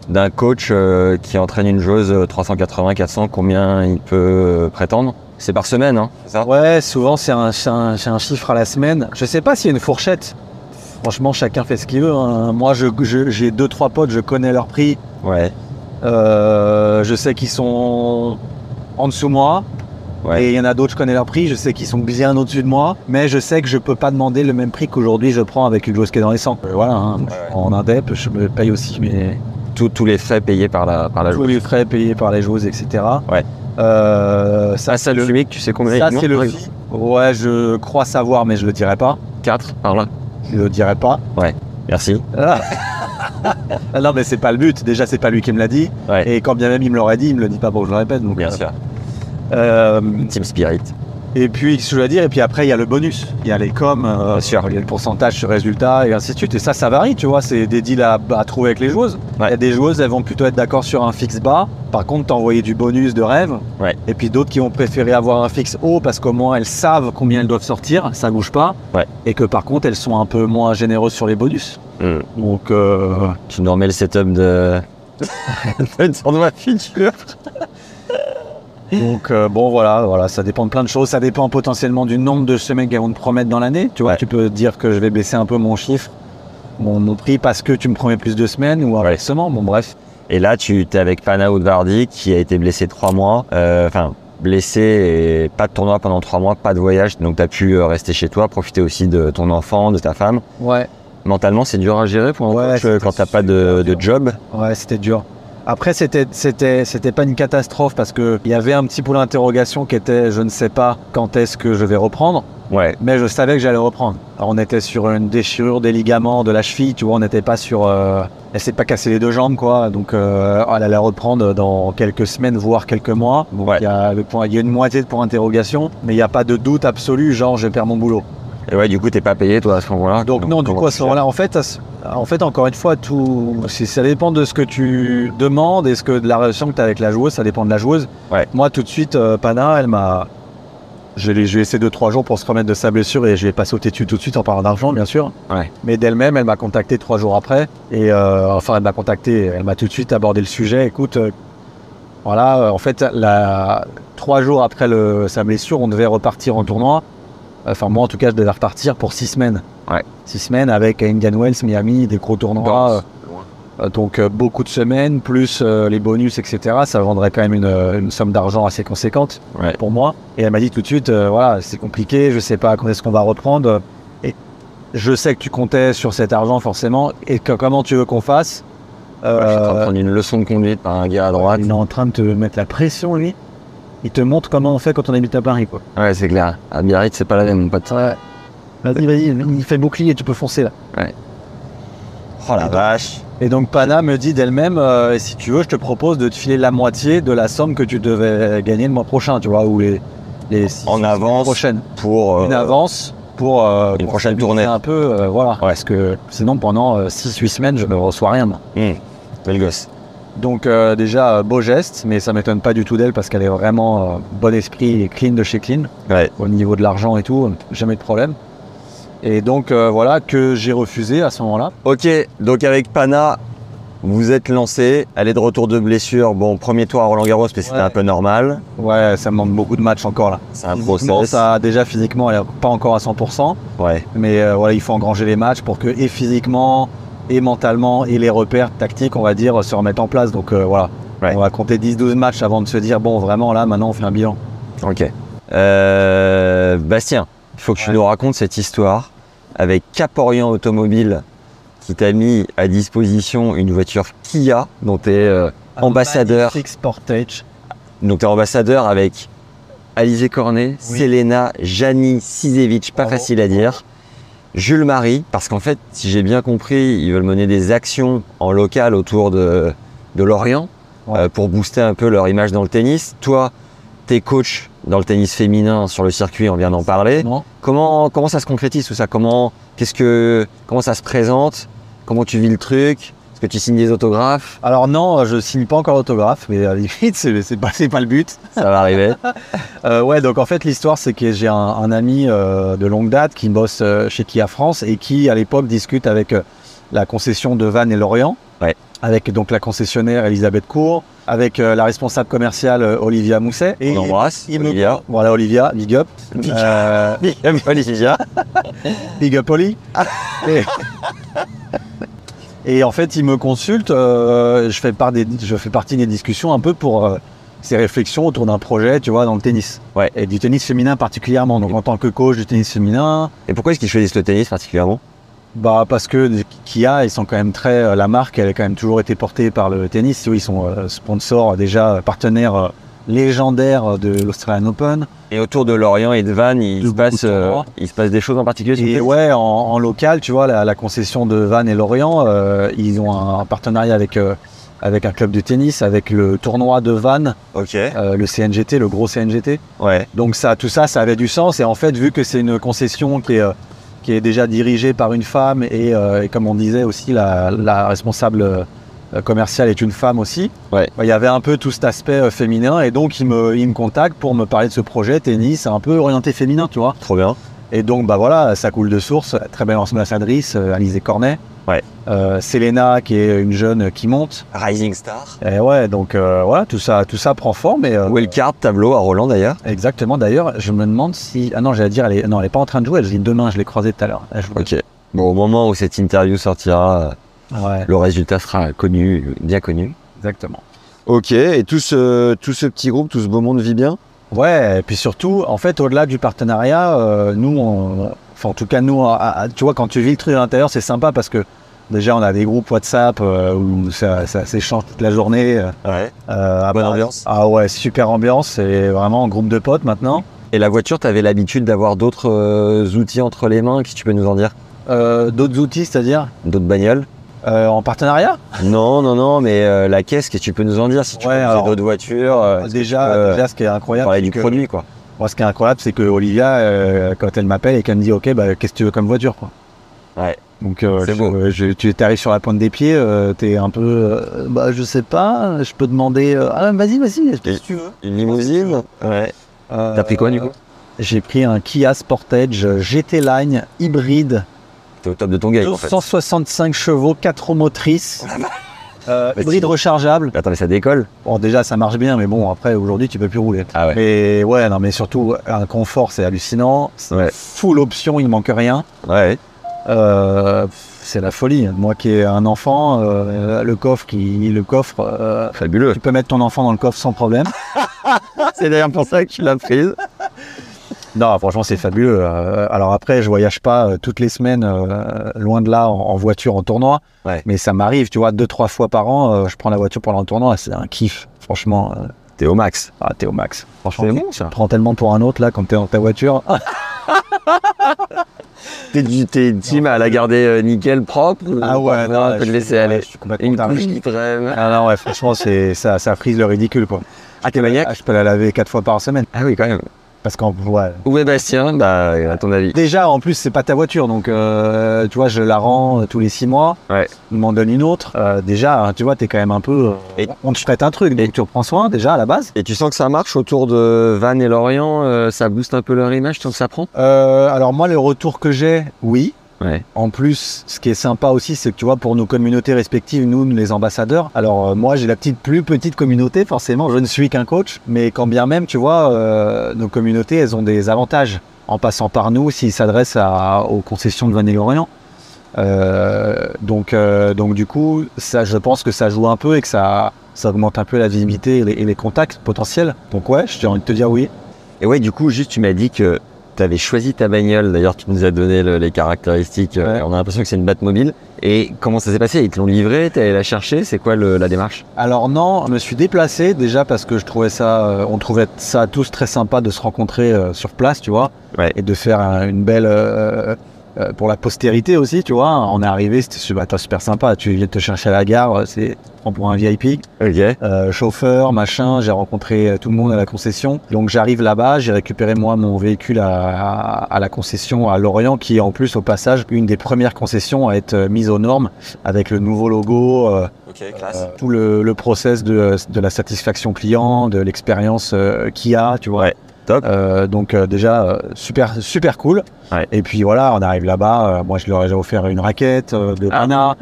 Speaker 1: d'un coach euh, qui entraîne une joueuse euh, 380-400, combien il peut euh, prétendre C'est par semaine, hein c'est ça
Speaker 2: Ouais, souvent c'est un, c'est un- c'est un chiffre à la semaine. Je sais pas s'il y a une fourchette. Franchement, chacun fait ce qu'il veut. hein. Moi, je- je- j'ai deux trois potes, je connais leur prix.
Speaker 1: Ouais.
Speaker 2: Euh, je sais qu'ils sont en dessous de moi.
Speaker 1: Ouais.
Speaker 2: Et il y en a d'autres, je connais leur prix. Je sais qu'ils sont bien au-dessus de moi. Mais je sais que je peux pas demander le même prix qu'aujourd'hui je prends avec une joueuse qui est dans les 100. Euh, Voilà, hein.
Speaker 1: ouais.
Speaker 2: en indep, je me paye aussi mais
Speaker 1: Tous- tous les frais payés par la, par la
Speaker 2: tous
Speaker 1: joueuse.
Speaker 2: les frais payés par les joueuses, etc.
Speaker 1: Ouais.
Speaker 2: Euh,
Speaker 1: Ça,
Speaker 2: ça,
Speaker 1: ça le chimique, tu sais combien
Speaker 2: ça, c'est le fi- Ouais, je crois savoir, mais je le dirai pas.
Speaker 1: 4 par là.
Speaker 2: Je le dirai pas.
Speaker 1: Merci.
Speaker 2: Ah. non, mais c'est pas le but. Déjà, c'est pas lui qui me l'a dit.
Speaker 1: Ouais.
Speaker 2: Et quand bien même il me l'aurait dit, il me le dit pas. Bon, je le répète. Donc,
Speaker 1: Bien
Speaker 2: euh,
Speaker 1: sûr.
Speaker 2: euh,
Speaker 1: Team Spirit.
Speaker 2: et puis, qu'est-ce que je dois dire Et puis après, il y a le bonus. Il y a les coms. euh,
Speaker 1: Bien sûr.
Speaker 2: Il y a le pourcentage sur résultat et ainsi de suite. Et ça, ça varie, tu vois. C'est des deals à, à trouver avec les joueuses. Il
Speaker 1: Ouais.
Speaker 2: y a des joueuses, elles vont plutôt être d'accord sur un fixe bas. Par contre, t'envoyer du bonus de rêve.
Speaker 1: Ouais.
Speaker 2: Et puis d'autres qui vont préférer avoir un fixe haut parce qu'au moins elles savent combien elles doivent sortir. Ça bouge pas.
Speaker 1: Ouais.
Speaker 2: Et que par contre, elles sont un peu moins généreuses sur les bonus.
Speaker 1: Mm.
Speaker 2: Donc. euh,
Speaker 1: Tu nous remets le setup de. de tournoi futur.
Speaker 2: Donc euh, bon voilà, voilà, ça dépend de plein de choses. Ça dépend potentiellement du nombre de semaines qu'elles vont te promettre dans l'année. Tu vois,
Speaker 1: Ouais.
Speaker 2: tu peux dire que je vais baisser un peu mon chiffre, mon, mon prix parce que tu me promets plus de semaines ou inversement. Bon bref.
Speaker 1: Et là, tu es avec Panao de Vardy qui a été blessé trois mois. Euh, Enfin, blessé et pas de tournoi pendant trois mois, pas de voyage. Donc, tu as pu euh, rester chez toi, profiter aussi de ton enfant, de ta femme.
Speaker 2: Ouais.
Speaker 1: Mentalement, c'est dur à gérer pour un
Speaker 2: Ouais,
Speaker 1: coach, euh,
Speaker 2: c'était
Speaker 1: quand tu pas de,
Speaker 2: super dur.
Speaker 1: de job.
Speaker 2: Ouais, c'était dur. Après c'était c'était c'était pas une catastrophe parce que il y avait un petit point d'interrogation qui était je ne sais pas quand est-ce que je vais reprendre,
Speaker 1: Ouais,
Speaker 2: mais je savais que j'allais reprendre. Alors, on était sur une déchirure des ligaments de la cheville, tu vois, on n'était pas sur euh, elle s'est pas cassée les deux jambes quoi, donc euh, elle allait reprendre dans quelques semaines voire quelques mois.
Speaker 1: ouais.
Speaker 2: Il y, a le point- il y a une moitié de points d'interrogation, mais il n'y a pas de doute absolu, genre je perds mon boulot.
Speaker 1: Et ouais, du coup, t'es pas payé, toi, à ce moment-là.
Speaker 2: Donc non, du
Speaker 1: comment
Speaker 2: coup à
Speaker 1: tu
Speaker 2: ce moment-là, en fait, à ce- en fait, encore une fois, tout, c'est- ça dépend de ce que tu demandes et ce que de la relation que tu as avec la joueuse, ça dépend de la joueuse.
Speaker 1: Ouais.
Speaker 2: Moi, tout de suite, euh, Pana, elle m'a, je l'ai, je lui ai laissé deux trois jours pour se remettre de sa blessure et je vais pas sauté dessus tout de suite en parlant d'argent, bien sûr.
Speaker 1: Ouais.
Speaker 2: Mais d'elle-même, elle m'a contacté trois jours après et euh, enfin, elle m'a contacté, elle m'a tout de suite abordé le sujet. Écoute, euh, voilà, euh, en fait, la, trois jours après le, sa blessure, on devait repartir en tournoi. Enfin, moi, en tout cas, je devais repartir pour six semaines.
Speaker 1: Ouais.
Speaker 2: Six semaines avec Indian Wells, Miami, des gros tournois. euh, euh, donc, euh, beaucoup de semaines, plus euh, les bonus, etc. Ça rendrait quand même une, euh, une somme d'argent assez conséquente
Speaker 1: Ouais.
Speaker 2: pour moi. Et elle m'a dit tout de suite, euh, voilà, c'est compliqué, je sais pas quand est-ce qu'on va reprendre. Et je sais que tu comptais sur cet argent, forcément. Et que, comment tu veux qu'on fasse
Speaker 1: Ouais, je suis en train de
Speaker 2: Euh,
Speaker 1: prendre une leçon de conduite par un gars à droite.
Speaker 2: il est en train de te mettre la pression, lui. Il te montre comment on fait quand on habite à Paris, quoi.
Speaker 1: Ouais, c'est clair. À Biarritz, c'est pas la même, mon pote.
Speaker 2: Vas-y, vas-y, il fait bouclier, tu peux foncer, là.
Speaker 1: Oh la vache.
Speaker 2: Et donc, Pana me dit d'elle-même, euh, si tu veux, je te propose de te filer la moitié de la somme que tu devais gagner le mois prochain, tu vois, ou les... les six-
Speaker 1: En
Speaker 2: six
Speaker 1: avance.
Speaker 2: prochaines.
Speaker 1: Pour. euh,
Speaker 2: Une avance pour... euh,
Speaker 1: Une
Speaker 2: pour
Speaker 1: prochaine
Speaker 2: s'amuser
Speaker 1: tournée.
Speaker 2: Un peu, euh, voilà. Parce que sinon, pendant 6-8 semaines, je ne reçois rien, moi.
Speaker 1: Bel hmm, gosse.
Speaker 2: Donc euh, déjà euh, beau geste, mais ça m'étonne pas du tout d'elle parce qu'elle est vraiment euh, bon esprit et clean de chez clean.
Speaker 1: Ouais.
Speaker 2: Au niveau de l'argent et tout, jamais de problème. Et donc euh, voilà que j'ai refusé à ce moment-là.
Speaker 1: Ok, donc avec Pana, vous êtes lancé. Elle est de retour de blessure. Bon, premier tour à Roland Garros, mais c'était
Speaker 2: Ouais.
Speaker 1: un peu normal.
Speaker 2: Ouais, ça me manque beaucoup de matchs encore là.
Speaker 1: C'est un
Speaker 2: Bon,
Speaker 1: process.
Speaker 2: ça déjà physiquement, elle est pas encore à 100%,
Speaker 1: Ouais,
Speaker 2: mais euh, voilà, il faut engranger les matchs pour que et physiquement et mentalement et les repères tactiques, on va dire, se remettent en place. Donc euh, voilà,
Speaker 1: Ouais.
Speaker 2: on va compter 10-12 matchs avant de se dire bon vraiment là maintenant on fait un bilan.
Speaker 1: ok. Euh, Bastien, il faut que tu
Speaker 2: Ouais.
Speaker 1: nous racontes cette histoire avec Cap Orient Automobile qui t'a mis à disposition une voiture Kia dont tu es, Ambassadeur.
Speaker 2: Magnifique Sportage.
Speaker 1: donc t'es ambassadeur avec Alizé Cornet, Selena, Jani Sizevic, pas
Speaker 2: Bravo.
Speaker 1: facile à dire. Jules Marie, parce qu'en fait, si j'ai bien compris, ils veulent mener des actions en local autour de, de Lorient.
Speaker 2: Ouais.
Speaker 1: euh, pour booster un peu leur image dans le tennis. Toi, t'es coach dans le tennis féminin sur le circuit, on vient d'en parler.
Speaker 2: Non.
Speaker 1: Comment, comment ça se concrétise tout ça comment, qu'est-ce que, comment ça se présente Comment tu vis le truc Est-ce que tu signes des autographes
Speaker 2: Alors non, je signe pas encore autographe, mais à la limite, c'est c'est pas, c'est pas le but.
Speaker 1: Ça va arriver.
Speaker 2: Euh, ouais, donc en fait, l'histoire, c'est que j'ai un, un ami euh, de longue date qui bosse euh, chez Kia France et qui, à l'époque, discute avec euh, la concession de Vannes et Lorient.
Speaker 1: Ouais.
Speaker 2: Avec donc la concessionnaire Elisabeth Cour, avec euh, la responsable commerciale euh, Olivia Mousset. Et
Speaker 1: on embrasse.
Speaker 2: il me-
Speaker 1: Olivia.
Speaker 2: Voilà, Olivia, big up. Euh,
Speaker 1: Big up, Olivia.
Speaker 2: Big up Oli. Et, et en fait, il me consulte. euh, je, fais part des, je fais partie des discussions un peu pour euh, ses réflexions autour d'un projet, tu vois, dans le tennis.
Speaker 1: Ouais.
Speaker 2: Et du tennis féminin particulièrement. Donc, en tant que coach du tennis féminin,
Speaker 1: Et pourquoi est-ce qu'ils choisissent le tennis particulièrement
Speaker 2: bah, parce que Kia, ils sont quand même très. euh, La marque, elle a quand même toujours été portée par le tennis. Tu vois, Ils sont euh, sponsors, euh, déjà euh, partenaires euh, légendaires euh, de l'Australian Open.
Speaker 1: Et autour de Lorient et de Vannes, il,
Speaker 2: De
Speaker 1: se passe,
Speaker 2: beaucoup de
Speaker 1: euh,
Speaker 2: tournois.
Speaker 1: il se passe des choses en particulier sur le
Speaker 2: Et
Speaker 1: tennis
Speaker 2: ouais, en, en local, tu vois, la, la concession de Vannes et Lorient, euh, ils ont un, partenariat avec, euh, avec un club de tennis, avec le tournoi de Vannes,
Speaker 1: Ok.
Speaker 2: euh, le CNGT, le gros CNGT.
Speaker 1: Ouais.
Speaker 2: Donc ça, tout ça, ça avait du sens. Et en fait, vu que c'est une concession qui est, euh, qui est déjà dirigée par une femme et, euh, et comme on disait aussi, la, la responsable euh, commerciale est une femme aussi.
Speaker 1: Ouais.
Speaker 2: bah, Il y avait un peu tout cet aspect euh, féminin et donc ils me, ils me contactent pour me parler de ce projet tennis un peu orienté féminin, tu vois.
Speaker 1: Trop bien.
Speaker 2: Et donc, bah voilà, ça coule de source. Très belle ambassadrice, euh, Alizé Cornet.
Speaker 1: Ouais.
Speaker 2: Euh, Selena, qui est une jeune qui monte.
Speaker 1: Rising Star.
Speaker 2: Et ouais, donc euh, voilà, tout ça, tout ça prend forme. Et, euh,
Speaker 1: Wellcard, tableau à Roland d'ailleurs.
Speaker 2: Exactement. D'ailleurs, je me demande si. Ah non, j'allais dire, elle est... non, elle est pas en train de jouer. Je dis demain, je l'ai croisée tout à l'heure. Elle joue-
Speaker 1: Ok. Bon, au moment où cette interview sortira, euh,
Speaker 2: Ouais,
Speaker 1: le résultat sera connu, bien connu.
Speaker 2: exactement.
Speaker 1: Ok, et tout ce, tout ce petit groupe, tout ce beau monde vit bien
Speaker 2: Ouais, et puis surtout, en fait, au-delà du partenariat, euh, nous, on- enfin, en tout cas, nous, à- à- tu vois, quand tu vis le truc à l'intérieur, c'est sympa parce que déjà, on a des groupes WhatsApp euh, où ça, ça s'échange toute la journée. euh,
Speaker 1: Ouais.
Speaker 2: Euh, à
Speaker 1: Bonne
Speaker 2: part-
Speaker 1: ambiance.
Speaker 2: Ah ouais, super ambiance. C'est vraiment un groupe de potes maintenant.
Speaker 1: Et la voiture, t'avais l'habitude d'avoir d'autres euh, outils entre les mains, qu'est-ce que tu peux nous en dire
Speaker 2: Euh, D'autres outils, c'est-à-dire
Speaker 1: D'autres bagnoles
Speaker 2: euh, en partenariat
Speaker 1: Non, non, non, mais euh, la caisse, qu'est-ce que tu peux nous en dire Si tu
Speaker 2: Ouais,
Speaker 1: connaissais
Speaker 2: alors-
Speaker 1: d'autres voitures, euh, est-ce que
Speaker 2: déjà,
Speaker 1: tu peux, euh,
Speaker 2: déjà, ce qui est incroyable,
Speaker 1: parler
Speaker 2: c'est
Speaker 1: du
Speaker 2: que-
Speaker 1: produit, quoi.
Speaker 2: moi, ce qui est incroyable, c'est que Olivia, euh, quand elle m'appelle et qu'elle me dit, ok, bah, qu'est-ce que tu veux comme voiture, quoi.
Speaker 1: Ouais.
Speaker 2: Donc, euh,
Speaker 1: C'est
Speaker 2: je-
Speaker 1: beau.
Speaker 2: euh, je- tu arrives sur la pointe des pieds, euh, t'es un peu, euh, bah, je sais pas, je peux demander, euh, ah, vas-y, vas-y,
Speaker 1: Et-
Speaker 2: si tu veux.
Speaker 1: Une limousine Ouais.
Speaker 2: Euh,
Speaker 1: T'as pris quoi, du coup
Speaker 2: J'ai pris un Kia Sportage GT Line hybride
Speaker 1: T'es au top de ton game, en fait. Ah
Speaker 2: 265 chevaux, 4 roues motrices, euh,
Speaker 1: Bah,
Speaker 2: hybride
Speaker 1: si.
Speaker 2: rechargeable.
Speaker 1: Attends, mais ça décolle
Speaker 2: Bon, déjà, ça marche bien, mais bon, après, aujourd'hui, tu peux plus rouler.
Speaker 1: Ah ouais.
Speaker 2: Mais ouais, non, mais surtout, un confort, c'est hallucinant. C'est
Speaker 1: Ouais.
Speaker 2: Full option, il manque rien.
Speaker 1: Ouais.
Speaker 2: Euh, pff, c'est la folie. Moi qui ai un enfant, euh, le coffre, qui, le coffre euh,
Speaker 1: Fabuleux.
Speaker 2: tu peux mettre ton enfant dans le coffre sans problème.
Speaker 1: C'est d'ailleurs pour ça que tu l'as prise.
Speaker 2: Non, franchement, c'est fabuleux. Euh, alors après, je voyage pas euh, toutes les semaines, euh, loin de là, en, en voiture, en tournoi.
Speaker 1: Ouais.
Speaker 2: Mais ça m'arrive, tu vois, deux, trois fois par an, euh, je prends la voiture pendant le tournoi. C'est un kiff, franchement. euh,
Speaker 1: T'es au max.
Speaker 2: ah, t'es au max. Franchement,
Speaker 1: C'est
Speaker 2: tu-
Speaker 1: bon, ça.
Speaker 2: tu prends tellement pour un autre, là, quand t'es dans ta voiture. Ah,
Speaker 1: T'es du- t'es team à la garder euh, nickel propre ou
Speaker 2: Ah ouais,
Speaker 1: pas,
Speaker 2: non,
Speaker 1: un peu
Speaker 2: je
Speaker 1: de
Speaker 2: suis-
Speaker 1: laisser aller.
Speaker 2: ouais, je suis complètement
Speaker 1: Une
Speaker 2: taré.
Speaker 1: couche qui traîne.
Speaker 2: ah non, ouais, franchement, c'est, ça, ça frise le ridicule, quoi.
Speaker 1: Ah, t'es
Speaker 2: Ah,
Speaker 1: maniaque
Speaker 2: je peux la laver quatre fois par semaine.
Speaker 1: Ah oui, quand même.
Speaker 2: Parce qu'en, ouais,
Speaker 1: Où est Bastien Bah, à ton avis.
Speaker 2: Déjà, en plus, c'est pas ta voiture, donc euh, tu vois, je la rends euh, tous les six mois.
Speaker 1: Ouais.
Speaker 2: Il m'en donne une autre. Euh, déjà, hein, tu vois, t'es quand même un peu. euh,
Speaker 1: Et-
Speaker 2: on te prête un truc, donc tu reprends soin déjà à la base.
Speaker 1: Et tu sens que ça marche autour de Vannes et Lorient euh, Ça booste un peu leur image, tu sens que ça prend
Speaker 2: Euh, alors moi, le retour que j'ai, oui.
Speaker 1: Ouais.
Speaker 2: En plus, ce qui est sympa aussi, c'est que tu vois, pour nos communautés respectives, nous, nous, les ambassadeurs. Alors euh, moi, j'ai la petite plus petite communauté, forcément. Je ne suis qu'un coach, mais quand bien même, tu vois, euh, nos communautés, elles ont des avantages en passant par nous s'ils s'adressent à- aux concessions de Vanille-Orient. Euh, donc, euh, donc du coup, ça, je pense que ça joue un peu et que ça, ça augmente un peu la visibilité et les, et les contacts potentiels. Donc ouais, j'ai envie de te dire oui.
Speaker 1: Et ouais, du coup, juste, tu m'as dit que tu avais choisi ta bagnole. D'ailleurs, tu nous as donné le- les caractéristiques. euh,
Speaker 2: Ouais.
Speaker 1: On a l'impression que c'est une Batmobile. Et comment ça s'est passé Ils te l'ont livrée T'es allé la chercher C'est quoi le- la démarche
Speaker 2: Alors non, je me suis déplacé déjà parce que je trouvais ça, euh, on trouvait ça tous très sympa de se rencontrer euh, sur place, tu vois,
Speaker 1: Ouais.
Speaker 2: et de faire un- une belle, euh, euh, pour la postérité aussi, tu vois. On est arrivé, c'était su- bah, toi, super sympa. Tu viens de te chercher à la gare, euh, c'est tu te prends pour un VIP,
Speaker 1: Ok.
Speaker 2: euh, chauffeur, machin. J'ai rencontré euh, tout le monde à la concession. Donc j'arrive là-bas, j'ai récupéré moi mon véhicule à, à- à la concession à Lorient, qui est en plus au passage une des premières concessions à être euh, mise aux normes avec le nouveau logo. euh,
Speaker 1: Ok,
Speaker 2: euh, tout le, le process de, de la satisfaction client, de l'expérience euh, qu'il y a, tu vois.
Speaker 1: Ouais, top.
Speaker 2: Euh, donc euh, déjà euh, super super cool.
Speaker 1: Ouais.
Speaker 2: Et puis voilà, on arrive là-bas. euh, moi, je leur ai offert une raquette euh, de
Speaker 1: Ah
Speaker 2: pana.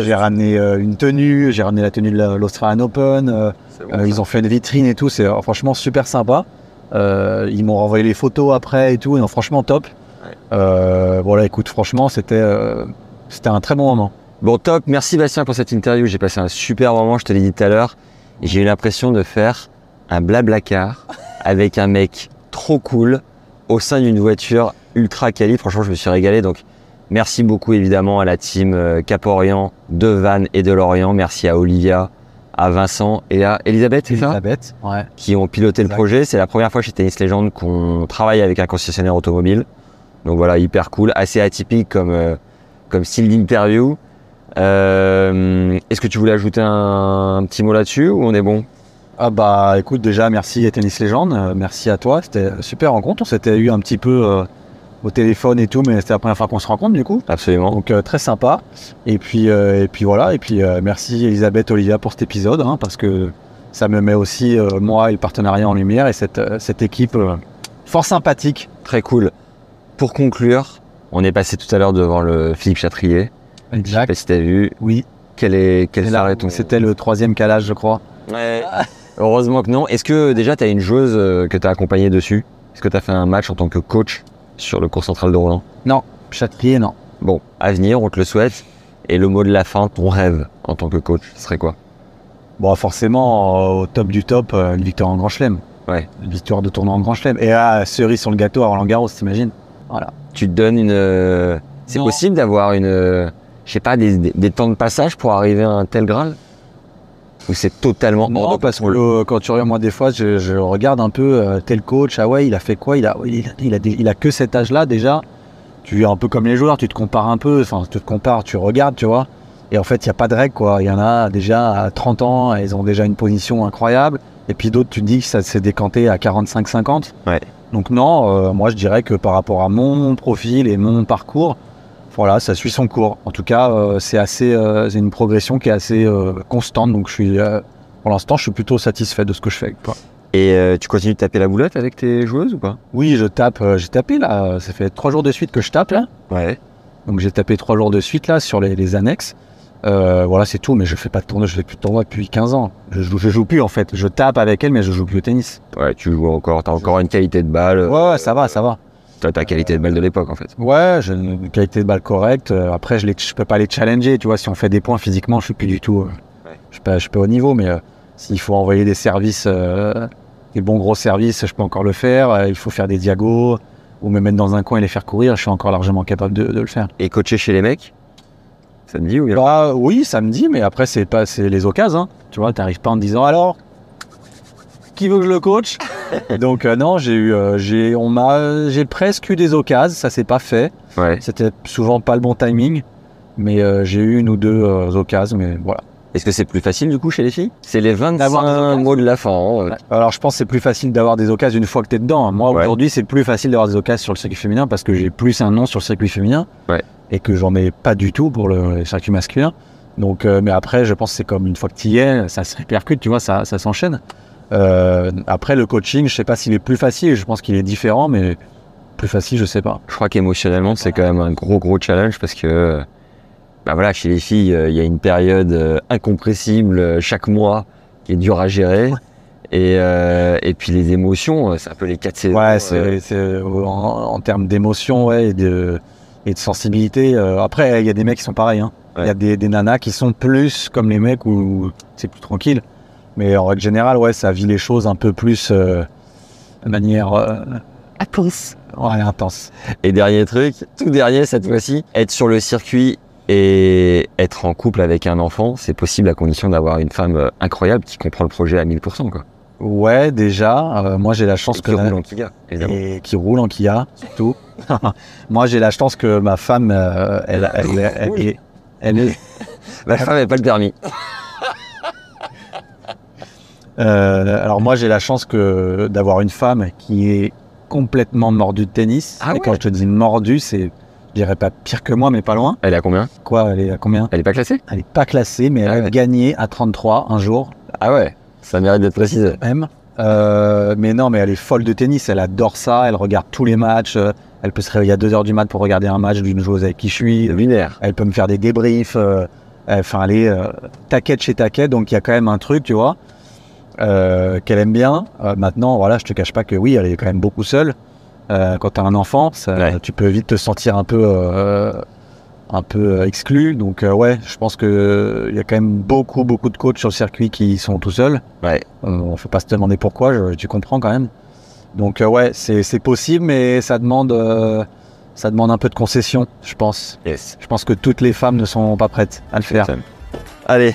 Speaker 2: J'ai ramené euh, une tenue. J'ai ramené la tenue de la- l'Australian Open. euh, euh, ils ont fait une vitrine et tout. C'est euh, franchement super sympa. Euh, ils m'ont renvoyé les photos après et tout. Et non, franchement top. Euh, voilà, écoute, franchement, c'était euh, c'était un très bon moment.
Speaker 1: Bon, top. Merci Bastien pour cette interview. J'ai passé un super moment, je te l'ai dit tout à l'heure. Et J'ai eu l'impression de faire un blabla car avec un mec trop cool au sein d'une voiture ultra quali. Franchement, je me suis régalé. Donc, merci beaucoup évidemment à la team euh, Cap-Orient, de Vannes et de Lorient. Merci à Olivia, à Vincent et à Elisabeth, c'est ça
Speaker 2: La bête. Ouais.
Speaker 1: qui ont piloté le
Speaker 2: Exact.
Speaker 1: projet. C'est la première fois chez Tennis Legend qu'on travaille avec un concessionnaire automobile. Donc voilà, hyper cool, assez atypique comme, euh, comme style d'interview. Euh, Est-ce que tu voulais ajouter un, un petit mot là-dessus ou on est bon
Speaker 2: Ah bah écoute déjà merci à Tennis Légende, euh, merci à toi, c'était une super rencontre, on s'était eu un petit peu euh, au téléphone et tout, mais c'était la première fois qu'on se rencontre du coup,
Speaker 1: Absolument.
Speaker 2: donc euh, très sympa. Et puis euh, et puis voilà, et puis euh, merci Elisabeth Olivia pour cet épisode, hein, parce que ça me met aussi euh, moi et le partenariat en lumière et cette, euh, cette équipe euh, fort sympathique.
Speaker 1: Très cool. Pour conclure, on est passé tout à l'heure devant le Philippe Chatrier. Je sais
Speaker 2: Exact.
Speaker 1: pas si t'as vu.
Speaker 2: Oui.
Speaker 1: Quel est quel
Speaker 2: Et euh, là,
Speaker 1: serait ton-
Speaker 2: C'était le troisième calage je crois.
Speaker 1: Ouais. Heureusement que non. Est-ce que déjà t'as une joueuse euh, que t'as accompagnée dessus Est-ce que t'as fait un match en tant que coach sur le cours central de Roland
Speaker 2: Châtrier non.
Speaker 1: Bon, à venir, on te le souhaite. Et le mot de la fin, ton rêve en tant que coach, ce serait quoi
Speaker 2: Bon, forcément, euh, au top du top, euh, une victoire en Grand Chelem.
Speaker 1: Ouais.
Speaker 2: Une victoire de tournoi en Grand Chelem. Et ah, cerise sur le gâteau à Roland Garros, t'imagines
Speaker 1: Tu te donnes une. euh, C'est
Speaker 2: Non.
Speaker 1: possible d'avoir une. euh, Je sais pas, des, des- des temps de passage pour arriver à un tel Graal Ou c'est totalement hors
Speaker 2: Non,
Speaker 1: de
Speaker 2: parce que
Speaker 1: contrôle
Speaker 2: euh, quand tu regardes, moi, des fois, je, je regarde un peu euh, tel coach. Ah ouais, il a fait quoi il a, il, a, il, a des- il a que cet âge-là déjà. Tu es un peu comme les joueurs, tu te compares un peu. Enfin, tu te compares, tu regardes, tu vois. Et en fait, il n'y a pas de règle, quoi. Il y en a déjà à 30 ans, ils ont déjà une position incroyable. Et puis d'autres, tu te dis que ça s'est décanté à 45-50.
Speaker 1: Ouais.
Speaker 2: Donc non, euh, moi je dirais que par rapport à mon profil et mon parcours, voilà, ça suit son cours. En tout cas, euh, c'est assez, euh, c'est une progression qui est assez euh, constante. Donc je suis, euh, pour l'instant, je suis plutôt satisfait de ce que je fais. quoi.
Speaker 1: Et euh, tu continues de taper la boulette avec tes joueuses ou pas
Speaker 2: Oui, je tape, euh, j'ai tapé là. euh, Ça fait trois jours de suite que je tape là.
Speaker 1: Ouais.
Speaker 2: Donc j'ai tapé trois jours de suite là sur les, les annexes. Euh, voilà, c'est tout. Mais je fais pas de tournoi, je fais plus de tournoi depuis 15 ans. Je joue, je joue plus en fait. Je tape avec elle, mais je joue plus au tennis. Euh,
Speaker 1: Ouais, tu joues encore, t'as encore une qualité de balle. euh,
Speaker 2: Ouais, ouais, ça va, ça va.
Speaker 1: T'as ta qualité de balle de l'époque en fait.
Speaker 2: Ouais, j'ai une qualité de balle correcte. Euh, Après, je les, je peux pas les challenger. Tu vois, si on fait des points physiquement, je suis plus du tout. euh,
Speaker 1: Ouais.
Speaker 2: Je suis pas, je suis pas au niveau, mais euh, s'il faut envoyer des services, euh, des bons gros services, je peux encore le faire. Euh, Il faut faire des diagos ou me mettre dans un coin et les faire courir. Je suis encore largement capable de, de le faire.
Speaker 1: Et coacher chez les mecs Ça te dit ou bien
Speaker 2: Bah oui, samedi, mais après c'est pas, c'est les occasions. hein. Tu vois, t'arrives pas en te disant alors. Qui veut que je le coach Donc euh, non, j'ai eu, euh, j'ai, on m'a, j'ai presque eu des occasions. Ça s'est pas fait.
Speaker 1: Ouais.
Speaker 2: C'était souvent pas le bon timing, mais euh, j'ai eu une ou deux euh, occasions, mais voilà.
Speaker 1: Est-ce que c'est plus facile du coup chez les filles C'est les
Speaker 2: D'avoir des
Speaker 1: 25
Speaker 2: occasions
Speaker 1: mots de la fin. hein.
Speaker 2: Alors je pense que c'est plus facile d'avoir des occasions une fois que t'es dedans. hein. Moi
Speaker 1: Ouais.
Speaker 2: aujourd'hui c'est plus facile d'avoir des occasions sur le circuit féminin parce que j'ai plus un nom sur le circuit féminin
Speaker 1: Ouais.
Speaker 2: et que j'en ai pas du tout pour le, le circuit masculin. Donc euh, mais après je pense que c'est comme une fois que t'y es, ça se répercute, tu vois, ça, ça s'enchaîne. Euh, après le coaching, je sais pas s'il est plus facile, je pense qu'il est différent, mais plus facile je sais pas.
Speaker 1: Je crois qu'émotionnellement, c'est quand même un gros, gros challenge parce que, bah voilà, chez les filles, euh, il y a une période euh, incompressible euh, chaque mois qui est dure à gérer. Et, euh, et puis les émotions, euh, c'est un peu les quatre saisons.
Speaker 2: Ouais, c'est,
Speaker 1: euh,
Speaker 2: c'est- en, en termes d'émotion ouais, et, de, et de sensibilité. euh, après, il y a des mecs qui sont pareils. hein. Il y a
Speaker 1: Ouais.
Speaker 2: des, des nanas qui sont plus comme les mecs où, où c'est plus tranquille. Mais en règle générale, ouais, ça vit les choses un peu plus euh, de manière euh, ouais, intense.
Speaker 1: Et dernier truc, tout dernier cette fois-ci, être sur le circuit et être en couple avec un enfant, c'est possible à condition d'avoir une femme euh, incroyable qui comprend le projet à 1000%. Quoi.
Speaker 2: Ouais, déjà. euh, moi, j'ai la chance que.
Speaker 1: qui roule en Kia, évidemment.
Speaker 2: et qui roule en Kia, surtout. Moi, j'ai la chance que ma femme, euh, elle, elle, elle- elle- elle- elle est.
Speaker 1: Ma femme n'avait pas le permis.
Speaker 2: euh, alors moi, j'ai la chance que d'avoir une femme qui est complètement mordue de tennis.
Speaker 1: Ah
Speaker 2: et
Speaker 1: ouais.
Speaker 2: quand je te dis mordue, c'est, je dirais pas pire que moi, mais pas loin.
Speaker 1: Elle est à combien
Speaker 2: Quoi, elle est à combien
Speaker 1: Elle est pas classée
Speaker 2: Elle est pas classée, mais elle
Speaker 1: Ah
Speaker 2: a
Speaker 1: ouais.
Speaker 2: gagné à 33 un jour
Speaker 1: Ah ouais, ça mérite d'être précisé.
Speaker 2: même. Euh, mais non, mais elle est folle de tennis, elle adore ça, elle regarde tous les matchs, euh, elle peut se réveiller à 2h du mat pour regarder un match d'une joueuse avec qui je suis,
Speaker 1: Lunaire.
Speaker 2: elle peut me faire des débriefs, euh, elle- enfin elle est euh, taquette chez taquette, donc il y a quand même un truc, tu vois, euh, qu'elle aime bien. Euh, maintenant, voilà, je te cache pas que oui, elle est quand même beaucoup seule. Euh, quand tu as un enfant, ça-
Speaker 1: Ouais.
Speaker 2: tu peux vite te sentir un peu, euh, un peu euh, exclu. Donc euh, ouais, je pense que il y a quand même beaucoup, beaucoup de coachs sur le circuit qui sont tout seuls.
Speaker 1: Ouais.
Speaker 2: Euh, on ne faut pas se demander pourquoi, je- tu comprends quand même. Donc euh, ouais, c'est c'est possible, mais ça demande, euh, ça demande un peu de concession, je pense.
Speaker 1: Yes.
Speaker 2: Je pense que toutes les femmes ne sont pas prêtes à le faire.
Speaker 1: Allez.